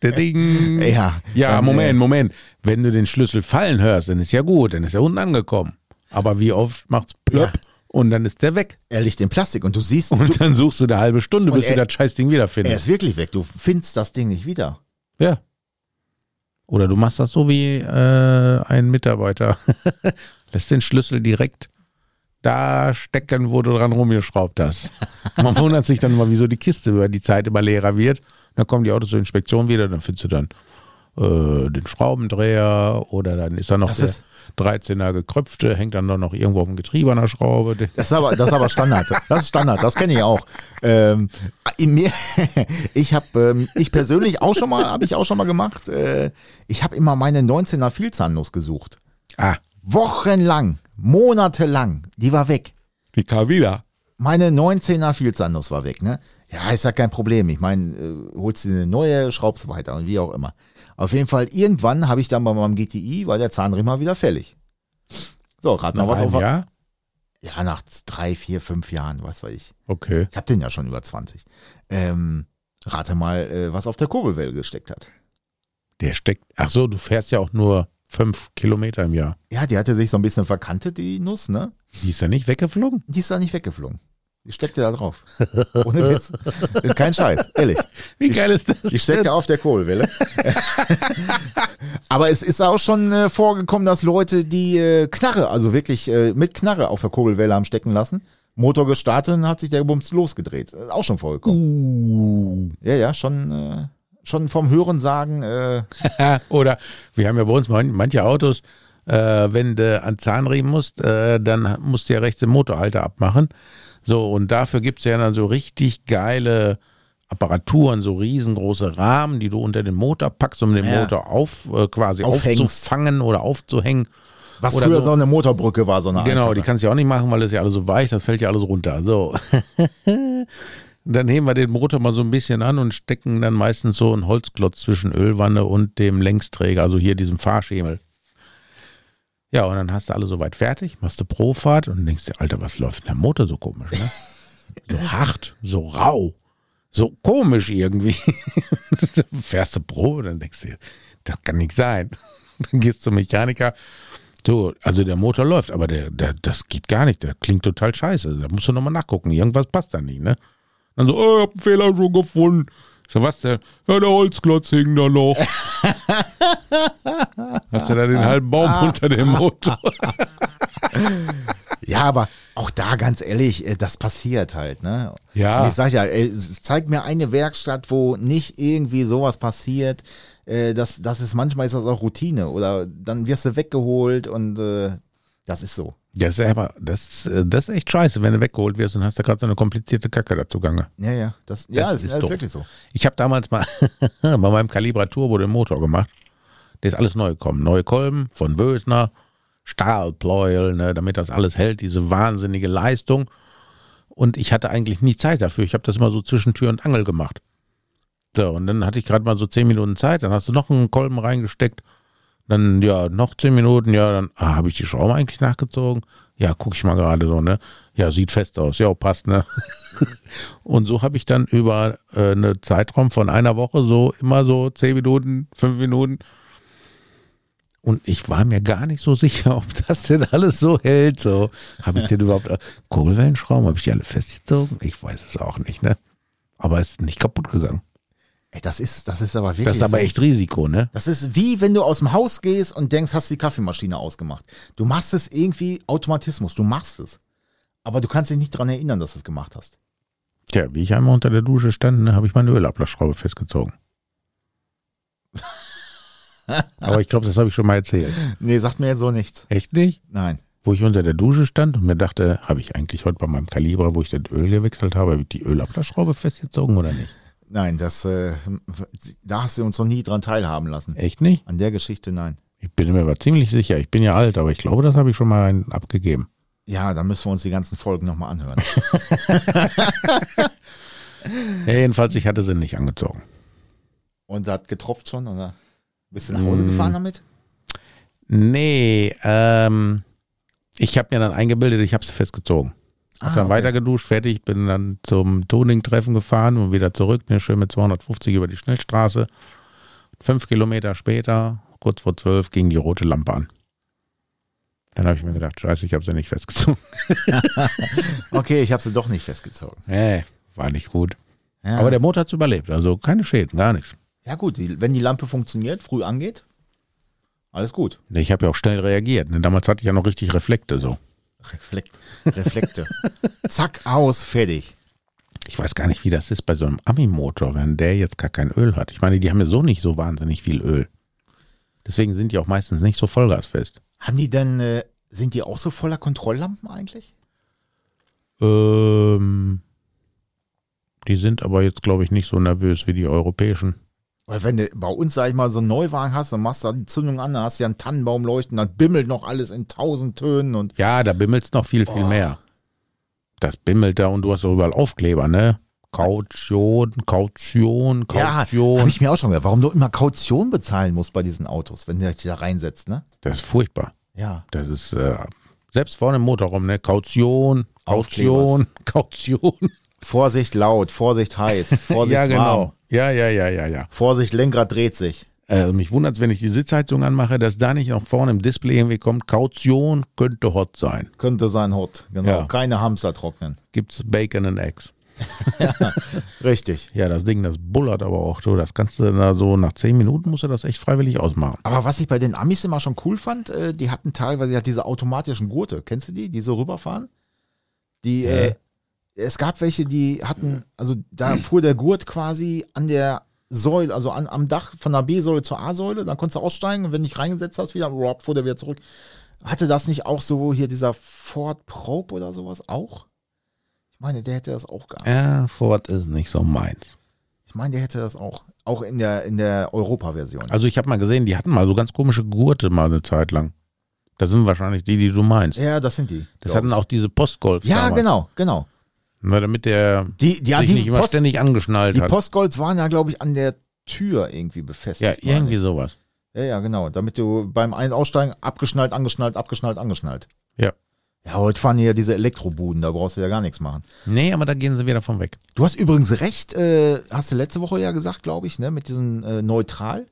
C: Der Ding.
B: Ja,
C: Ja,
B: dann, äh,
C: Moment, Moment. Wenn du den Schlüssel fallen hörst, dann ist ja gut, dann ist er unten angekommen. Aber wie oft macht's plöpp
B: Ja.
C: und dann ist der weg.
B: Äh, er liegt in Plastik und du siehst, du,
C: Und dann suchst du eine halbe Stunde, bis
B: er-
C: du das Scheißding
B: er
C: wiederfindest.
B: ist wirklich weg, du findest das Ding nicht wieder.
C: Ja. Oder du machst das so wie äh, ein Mitarbeiter. Lässt den Schlüssel direkt da stecken, wo du dran rumgeschraubt hast. Man wundert sich dann mal, wieso die Kiste über die Zeit immer leerer wird. Dann kommen die Autos zur Inspektion wieder, dann findest du dann äh, den Schraubendreher oder dann ist da noch
B: Das
C: der
B: ist-
C: 13er gekröpfte, hängt dann doch noch irgendwo auf dem Getriebe an der Schraube. Der-
B: Das ist aber, das ist aber Standard. Das ist Standard. Das kenne ich auch. Ähm, in mir, ich habe, ähm, ich persönlich auch schon mal, habe ich auch schon mal gemacht. Äh, ich habe immer meine 19er Vielzahnnuss gesucht.
C: Ah,
B: Wochenlang, monatelang. Die war weg.
C: die kam wieder.
B: Meine 19er Vielzahnnuss war weg. Ne? Ja, ist ja kein Problem. Ich meine, äh, holst dir eine neue, schraubst weiter und wie auch immer. Auf jeden Fall, irgendwann habe ich dann bei meinem GTI, war der Zahnriemen wieder fällig. So, gerade noch was auf.
C: Ja?
B: Ja, nach drei, vier, fünf Jahren, was weiß ich.
C: Okay.
B: Ich habe den ja schon über 20. Ähm, rate mal, äh, was auf der Kurbelwelle gesteckt hat.
C: Der steckt. Ach so, du fährst ja auch nur fünf Kilometer im Jahr.
B: Ja, die hatte sich so ein bisschen verkantet, die Nuss, ne?
C: Die ist ja nicht weggeflogen.
B: Die ist da nicht weggeflogen. Die steckte da drauf. Ohne Witz. Ist Kein Scheiß, ehrlich.
C: Wie geil ist das?
B: Die steckte auf der Kurbelwelle. Aber es ist auch schon äh, vorgekommen, dass Leute die äh, Knarre, also wirklich äh, mit Knarre auf der Kurbelwelle haben stecken lassen. Motor gestartet und hat sich der Bums losgedreht. Ist Auch schon vorgekommen.
C: Uh.
B: Ja, ja, schon, äh, schon vom Hören sagen, äh,
C: Oder wir haben ja bei uns man- manche Autos, äh, wenn du an Zahnriemen musst, äh, dann musst du ja rechts den Motorhalter abmachen. So, und dafür gibt es ja dann so richtig geile Apparaturen, so riesengroße Rahmen, die du unter den Motor packst, um den
B: Ja.
C: Motor auf, äh, quasi
B: Aufhängst.
C: aufzufangen oder aufzuhängen.
B: Was
C: Oder
B: früher
C: so.
B: so eine Motorbrücke war, so eine
C: Genau, die
B: einfache.
C: kannst du ja auch nicht machen, weil das ist ja alles so weich, das fällt ja alles runter. So. dann heben wir den Motor mal so ein bisschen an und stecken dann meistens so einen Holzklotz zwischen Ölwanne und dem Längsträger, also hier diesem Fahrschemel. Ja, und dann hast du alle soweit fertig, machst du Profahrt und denkst dir, Alter, was läuft denn der Motor so komisch, ne? so hart, so rau, so komisch irgendwie. Dann fährst du Probe, dann denkst du dir, das kann nicht sein. Dann gehst du zum Mechaniker, so, also der Motor läuft, aber der, der, das geht gar nicht. Der klingt total scheiße. Da musst du nochmal nachgucken. Irgendwas passt da nicht, ne? Dann so, oh, ich hab einen Fehler schon gefunden. Ich So, was der? Ja, der Holzklotz hing da noch. Hast du da den halben Baum unter dem Motor?
B: Ja, aber auch da ganz ehrlich, äh, das passiert halt, ne?
C: Ja.
B: Und ich sag ja, ey, s- zeig mir eine Werkstatt, wo nicht irgendwie sowas passiert. Äh, Das, das ist manchmal ist das auch Routine oder dann wirst du weggeholt und äh, das ist so.
C: Ja, ist ja aber, das, äh, das ist echt scheiße, wenn du weggeholt wirst und hast da gerade so eine komplizierte Kacke dazu gange.
B: Ja, ja, das, ja,
C: Das
B: das
C: ist
B: ist, das
C: doof.
B: ist wirklich so.
C: Ich habe damals mal bei meinem Calibra Turbo den Motor gemacht. Der ist alles neu gekommen. Neue Kolben von Wösner, Stahlpleuel, ne, damit das alles hält, diese wahnsinnige Leistung. Und ich hatte eigentlich nie Zeit dafür. Ich habe das immer so zwischen Tür und Angel gemacht. So, und dann hatte ich gerade mal so zehn Minuten Zeit. Dann hast du noch einen Kolben reingesteckt. Dann, ja, noch zehn Minuten. Ja, dann ah, habe ich die Schraube eigentlich nachgezogen. Ja, gucke ich mal gerade so, ne? Ja, sieht fest aus. Ja, passt, ne? Und so habe ich dann über äh, einen Zeitraum von einer Woche so immer so zehn Minuten, fünf Minuten. Und ich war mir gar nicht so sicher, ob das denn alles so hält. So habe ich den überhaupt Kurbelwellenschrauben habe ich die alle festgezogen. Ich weiß es auch nicht, ne? Aber es ist nicht kaputt gegangen.
B: Ey, das ist, das ist aber wirklich.
C: Das ist aber
B: so.
C: echt Risiko, ne?
B: Das ist wie wenn du aus dem Haus gehst und denkst, hast die Kaffeemaschine ausgemacht. Du machst es irgendwie Automatismus, du machst es. Aber du kannst dich nicht dran erinnern, dass du es gemacht hast.
C: Tja, wie ich einmal unter der Dusche stand, ne, habe ich meine Ölablassschraube festgezogen. aber ich glaube, das habe ich schon mal erzählt.
B: Nee, sagt mir jetzt so nichts.
C: Echt nicht?
B: Nein.
C: wo ich unter der Dusche stand und mir dachte, habe ich eigentlich heute bei meinem Kaliber, wo ich das Öl gewechselt habe, hab ich die Ölablassschraube festgezogen oder nicht?
B: Nein, das, äh, da hast du uns noch nie dran teilhaben lassen.
C: Echt nicht?
B: An der Geschichte nein.
C: Ich bin mir aber ziemlich sicher. Ich bin ja alt, aber ich glaube, das habe ich schon mal einen abgegeben.
B: Ja, dann müssen wir uns die ganzen Folgen nochmal anhören.
C: Ja, jedenfalls, ich hatte sie nicht angezogen.
B: Und da hat getropft schon, oder? Bist du nach
C: Mm.
B: Hause gefahren damit?
C: Nee, ähm, ich habe mir dann eingebildet, ich habe sie festgezogen. Hab
B: Ah,
C: dann
B: okay.
C: weiter geduscht, fertig, bin dann zum Toning-Treffen gefahren und wieder zurück, ne, schön mit 250 über die Schnellstraße. Fünf Kilometer später, kurz vor zwölf, ging die rote Lampe an. Dann habe ich mir gedacht, scheiße, ich habe sie nicht festgezogen.
B: Okay, ich habe sie doch nicht festgezogen.
C: Nee, war nicht gut.
B: Ja,
C: Aber der Motor hat's überlebt, also keine Schäden, gar nichts.
B: ja gut, die, wenn die Lampe funktioniert, früh angeht, alles gut.
C: Ich habe ja auch schnell reagiert. Ne? Damals hatte ich ja noch richtig Reflekte so.
B: Reflekt, Reflekte. Zack, aus, fertig.
C: Ich weiß gar nicht, wie das ist bei so einem Ami-Motor, wenn der jetzt gar kein Öl hat. Ich meine, die haben ja so nicht so wahnsinnig viel Öl. Deswegen sind die auch meistens nicht so vollgasfest.
B: Haben die denn, äh, sind die auch so voller Kontrolllampen eigentlich?
C: Ähm, die sind aber jetzt, glaube ich, nicht so nervös wie die europäischen.
B: Weil wenn du bei uns, sag ich mal, so einen Neuwagen hast und machst da die Zündung an, dann hast du ja einen Tannenbaum leuchten, dann bimmelt noch alles in tausend Tönen und
C: Ja, da bimmelt es noch viel, viel
B: Boah.
C: mehr. Das bimmelt da und du hast auch überall Aufkleber, ne? Kaution, Kaution,
B: Ja, habe
C: Kaution.
B: ich mir auch schon gedacht, warum du immer Kaution bezahlen musst bei diesen Autos, wenn du dich da reinsetzt, ne?
C: das ist furchtbar.
B: Ja.
C: Das ist äh, selbst vorne im Motorraum, ne? Kaution, Kaution, Kaution.
B: Vorsicht laut, Vorsicht heiß, Vorsicht
C: ja,
B: warm,
C: genau. Ja, ja, ja, ja, ja.
B: Vorsicht Lenkrad dreht sich.
C: Äh, mich wundert es, wenn ich die Sitzheizung anmache, dass da nicht noch vorne im Display irgendwie kommt, Kaution könnte hot sein.
B: Könnte sein Hot, genau.
C: Ja.
B: Keine Hamster trocknen.
C: Gibt's Bacon and Eggs.
B: Richtig.
C: Ja, das Ding, das bullert aber auch so. Das kannst du dann da so, nach zehn Minuten musst du das echt freiwillig ausmachen.
B: Aber was ich bei den Amis immer schon cool fand, äh, die hatten teilweise ja diese automatischen Gurte. Kennst du die, die so rüberfahren? Die,
C: Hä?
B: äh, es gab welche, die hatten, also da fuhr der Gurt quasi an der Säule, also an, am Dach von der B-Säule zur A-Säule, dann konntest du aussteigen und wenn dich reingesetzt hast, wieder, rob, fuhr der wieder zurück. Hatte das nicht auch so hier dieser Ford Probe oder sowas auch? Ich meine, der hätte das auch gehabt.
C: Ja, Ford ist nicht so meins.
B: Ich meine, der hätte das auch. Auch in der, in der Europa-Version.
C: Also ich habe mal gesehen, die hatten mal so ganz komische Gurte mal eine Zeit lang. Das sind wahrscheinlich die, die du meinst.
B: Ja, das sind die.
C: Das
B: glaub
C: hatten
B: ich.
C: auch diese Postgolf.
B: Ja,
C: damals.
B: genau, genau.
C: Na, damit der
B: Die, die, ja,
C: sich
B: die,
C: nicht immer
B: Post,
C: ständig angeschnallt
B: die
C: hat.
B: Postgolds waren ja, glaube ich, an der Tür irgendwie befestigt.
C: ja,
B: meine
C: irgendwie
B: ich.
C: sowas.
B: Ja, ja, genau. Damit du beim Ein- Aussteigen abgeschnallt, angeschnallt, abgeschnallt, angeschnallt.
C: Ja.
B: Ja, heute fahren hier diese Elektrobuden, da brauchst du ja gar nichts machen.
C: Nee, aber da gehen sie wieder von weg.
B: Du hast übrigens recht, äh, hast du letzte Woche ja gesagt, glaube ich, ne, mit diesem äh, Neutral,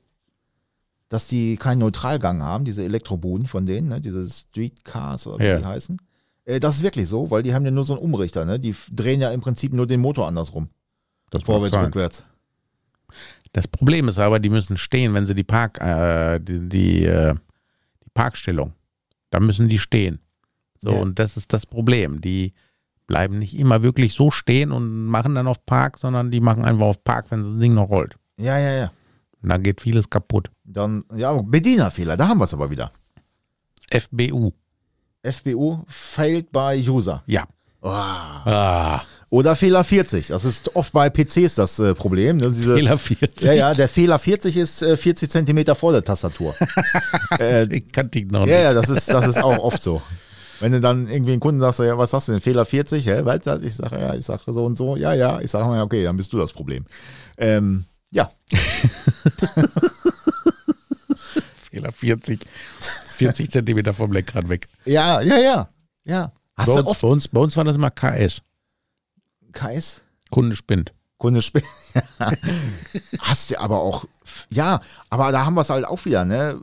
B: dass die keinen Neutralgang haben, diese Elektrobuden von denen, ne, diese Streetcars oder wie
C: Ja.
B: die heißen. Äh, das ist wirklich so, weil die haben ja nur so einen Umrichter, ne? Die f- drehen ja im Prinzip nur den Motor andersrum.
C: Das mag
B: Vorwärts,
C: sein.
B: rückwärts.
C: Das Problem ist aber, die müssen stehen, wenn sie die Park, äh, die, die, äh, die Parkstellung, da müssen die stehen. So,
B: Ja.
C: und das ist das Problem. Die bleiben nicht immer wirklich so stehen und machen dann auf Park, sondern die machen einfach auf Park, wenn das Ding noch rollt.
B: Ja, ja, ja.
C: Und da geht vieles kaputt.
B: Dann, ja, Bedienerfehler, da haben wir es aber wieder.
C: FBU.
B: FBU failed by user.
C: Ja.
B: Ah.
C: Ah,
B: Oder Fehler 40. Das ist oft bei PCs das äh, Problem. Ne? Diese,
C: Fehler 40.
B: Ja, ja, der Fehler 40 ist äh, 40 Zentimeter vor der Tastatur. äh,
C: Ich kannte ihn
B: ja,
C: noch nicht.
B: ja, das ist, das ist auch oft so. Wenn du dann irgendwie einen Kunden sagst, ja, was hast du denn, Fehler 40, hä, weißt du das? Ich sage, ja, ich sage so und so, ja, ja, ich sage, okay, dann bist du das Problem. Ähm, ja,
C: Fehler 40. 40 Zentimeter vom Lenkrad weg.
B: ja, ja, ja, ja. Hast
C: bei,
B: du
C: uns,
B: oft
C: bei, uns, bei uns war das immer KS.
B: Kais?
C: Kunde spinnt.
B: Kunde spät. Hast du aber auch, ja, aber da haben wir es halt auch wieder, ne?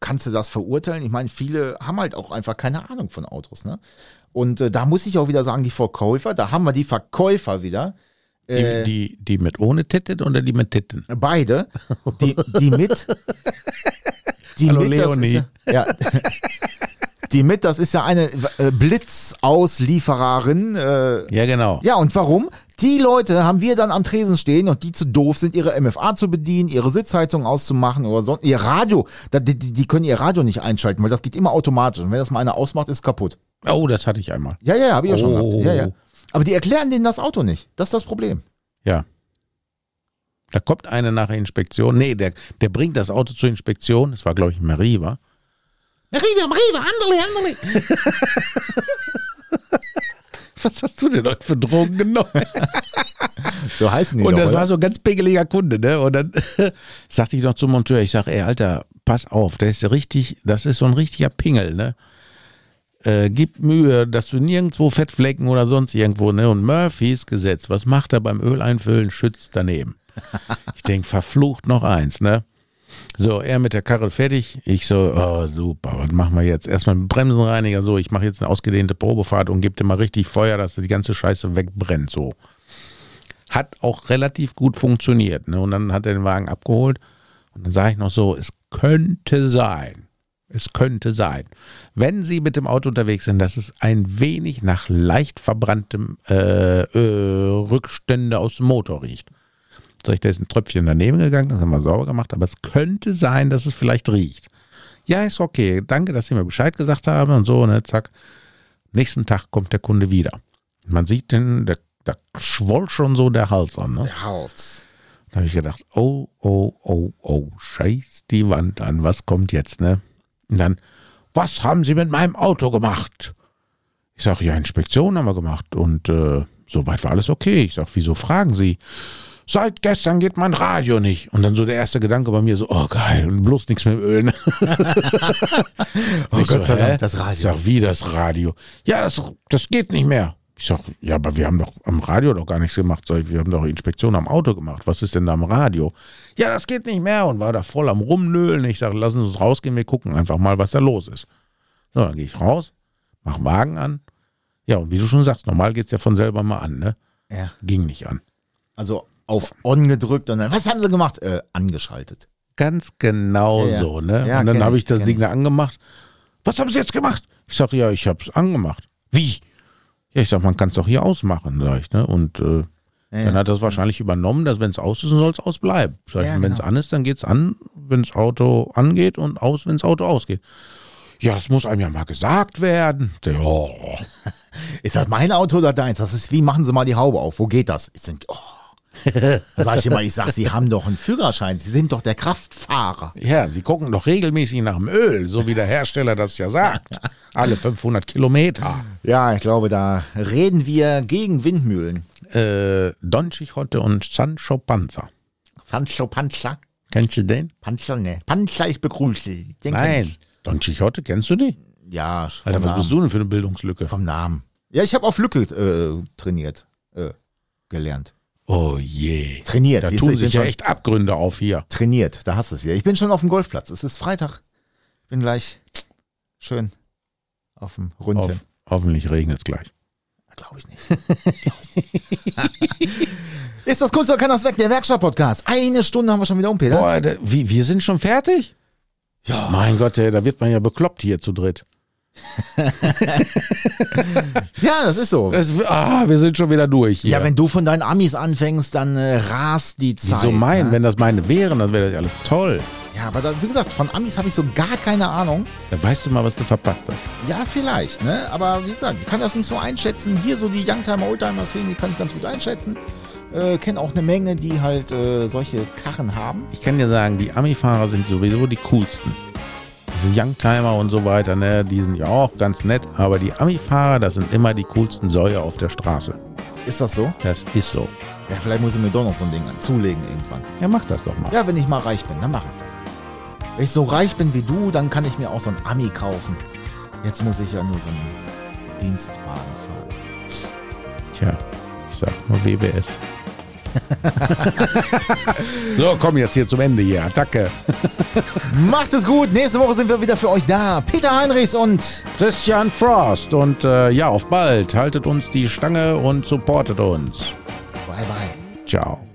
B: Kannst du das verurteilen? Ich meine, viele haben halt auch einfach keine Ahnung von Autos, ne? Und äh, da muss ich auch wieder sagen, die Verkäufer, da haben wir die Verkäufer wieder,
C: Die,
B: Äh.
C: die, die mit ohne Titten oder die mit Titten?
B: beide, die, die mit, die
C: Hallo,
B: mit, das ist
C: Leonie.
B: ja, ja, die mit, das ist ja eine äh, Blitzausliefererin, äh,
C: Ja, genau.
B: Ja, und warum? Die Leute haben wir dann am Tresen stehen und die zu doof sind, ihre MFA zu bedienen, ihre Sitzheizung auszumachen oder so. Ihr Radio, da, die, die die können ihr Radio nicht einschalten, weil das geht immer automatisch. Und wenn das mal einer ausmacht, ist kaputt.
C: Oh, das hatte ich einmal.
B: Ja, ja, ja, hab ich ja schon
C: Oh.
B: gehabt. Ja, ja. Aber die erklären denen das Auto nicht. Das ist das Problem.
C: Ja. Da kommt einer nach der Inspektion. Nee, der, der bringt das Auto zur Inspektion. Das war, glaube ich, Mariva.
B: Riva, Riva, André, André.
C: Was hast du denn heute für Drogen genommen?
B: So heißen die
C: Und
B: doch,
C: das
B: oder?
C: war so ein ganz pingeliger Kunde, ne? Und dann sagte ich noch zum Monteur, ich sage, ey, Alter, pass auf, der ist ja richtig, das ist so ein richtiger Pingel, ne? Äh, gib Mühe, dass du nirgendwo Fettflecken oder sonst irgendwo, ne? Und Murphys Gesetz, was macht er beim Öl einfüllen? Schützt daneben. Ich denke, verflucht noch eins, ne? So, er mit der Karre fertig. Ich so, oh, super, was machen wir jetzt? Erstmal mit Bremsenreiniger, so, ich mache jetzt eine ausgedehnte Probefahrt und gebe dir mal richtig Feuer, dass du die ganze Scheiße wegbrennt, so hat auch relativ gut funktioniert. Ne? Und dann hat er den Wagen abgeholt. Und dann sage ich noch so, es könnte sein, Es könnte sein. Wenn Sie mit dem Auto unterwegs sind, dass es ein wenig nach leicht verbranntem äh, äh, Rückstände aus dem Motor riecht. Soll ich da ist ein Tröpfchen daneben gegangen, das haben wir sauber gemacht, aber es könnte sein, dass es vielleicht riecht. Ja, ist okay. Danke, dass Sie mir Bescheid gesagt haben und so, ne, zack. Nächsten Tag kommt der Kunde wieder. Man sieht den, der, da schwoll schon so der Hals an. Ne?
B: Der Hals.
C: Da habe ich gedacht, oh, oh, oh, oh, scheiß die Wand an, was kommt jetzt, ne? Und dann, was haben Sie mit meinem Auto gemacht? Ich sage, ja, Inspektion haben wir gemacht und äh, soweit war alles okay. Ich sage, wieso fragen Sie? Seit gestern geht mein Radio nicht. Und dann so der erste Gedanke bei mir so, oh geil, und bloß nichts mit Öl. Ne?
B: Oh
C: Ich
B: Gott
C: so,
B: sei
C: hä?
B: Dank, das
C: Ah, Ich
B: Radio.
C: sag, wie das Radio? Ja, das, das geht nicht mehr. Ich sag, ja, aber wir haben doch am Radio doch gar nichts gemacht. Sag ich, Wir haben doch Inspektion am Auto gemacht. Was ist denn da am Radio? Ja, das geht nicht mehr und war da voll am Rumnölen. Ich sag, lassen Sie uns rausgehen, wir gucken einfach mal, was da los ist. So, dann gehe ich raus, mach Wagen an. Ja, und wie du schon sagst, normal geht's ja von selber mal an, ne?
B: Ja.
C: Ging nicht an.
B: Also auf On gedrückt und dann, was haben sie gemacht? Äh, angeschaltet.
C: Ganz genau
B: Ja, ja.
C: so, ne?
B: Ja,
C: und
B: kenn
C: dann habe
B: ich,
C: ich das
B: kenn
C: Ding da angemacht. Was haben Sie jetzt gemacht? Ich sage, ja, ich habe es angemacht. Wie? Ja, ich sag, man kann es doch hier ausmachen, sag ich, ne? Und äh,
B: Ja,
C: dann
B: ja.
C: hat das wahrscheinlich übernommen, dass wenn es aus ist, dann soll es ausbleiben. Sag ich,
B: Ja,
C: und wenn es
B: genau.
C: an ist, dann geht's an, wenn das Auto angeht und aus, wenn das Auto ausgeht. Ja, das muss einem ja mal gesagt werden. Ich sag, Ja,
B: Ist das mein Auto oder deins? Das ist wie, machen Sie mal die Haube auf. Wo geht das? Ich denk, oh. Da sag ich immer, ich sag, Sie haben doch einen Führerschein. Sie sind doch der Kraftfahrer.
C: Ja, sie gucken doch regelmäßig nach dem Öl, so wie der Hersteller das ja sagt. Alle 500 Kilometer.
B: Ja, ich glaube, da reden wir gegen Windmühlen.
C: Äh, Don Quixote und Sancho Panza.
B: Panzer, Panzer.
C: Kennst du den?
B: Panzer, ne. Panzer, ich begrüße Sie. Den kenn
C: Nein.
B: ich.
C: Don Quixote, kennst du den?
B: Ja,
C: Alter,
B: vom
C: was
B: Namen.
C: bist du denn für eine Bildungslücke?
B: Vom Namen. Ja, ich habe auf Lücke äh, trainiert. Äh, gelernt.
C: Oh je.
B: Trainiert.
C: Da
B: siehst du,
C: tun
B: ich bin
C: sich ja
B: schon-
C: echt Abgründe auf hier.
B: trainiert. Da hast du es wieder. Ich bin schon auf dem Golfplatz. Es ist Freitag. Ich bin gleich schön auf dem
C: Auf,
B: Runden.
C: hoffentlich regnet es gleich.
B: Glaube ich nicht. Glaub ich nicht. ist das Kunst oder kann das weg? Der Werkstatt-Podcast. Eine Stunde haben wir schon wieder um, Peter.
C: Boah, da, wie, wir sind schon fertig? Ja. Mein Gott, ey, da wird man ja bekloppt hier zu dritt.
B: Ja, das ist so.
C: Das, ah, wir sind schon wieder durch hier.
B: Ja, wenn du von deinen Amis anfängst, dann äh, rast die Zeit.
C: Wieso mein?
B: ne?
C: Wenn das meine wären, dann wäre das ja alles toll.
B: Ja, aber da, wie gesagt, von Amis habe ich so gar keine Ahnung.
C: Da weißt du mal, was du verpasst hast.
B: Ja, vielleicht, ne? Aber wie gesagt, ich kann das nicht so einschätzen. Hier so die Youngtimer, Oldtimer-Szene, die kann ich ganz gut einschätzen. Äh, kenne auch eine Menge, die halt äh, solche Karren haben.
C: Ich kann dir sagen, die Ami-Fahrer sind sowieso die coolsten. Diese Youngtimer und so weiter, ne, die sind ja auch ganz nett. Aber die Ami-Fahrer, das sind immer die coolsten Säue auf der Straße.
B: Ist das so?
C: Das ist so.
B: Ja, vielleicht muss ich mir doch noch so ein Ding an- zulegen irgendwann.
C: Ja, mach das doch mal.
B: Ja, wenn ich mal reich bin, dann mache ich das. Wenn ich so reich bin wie du, dann kann ich mir auch so ein Ami kaufen. Jetzt muss ich ja nur so einen Dienstwagen fahren.
C: Tja, ich sag nur WBS. so, komm jetzt hier zum Ende hier. Attacke.
B: Macht es gut, nächste Woche sind wir wieder für euch da. Peter Heinrichs und
C: Christian Frost und äh, ja, auf bald. Haltet uns die Stange und supportet uns.
B: bye bye.
C: Ciao.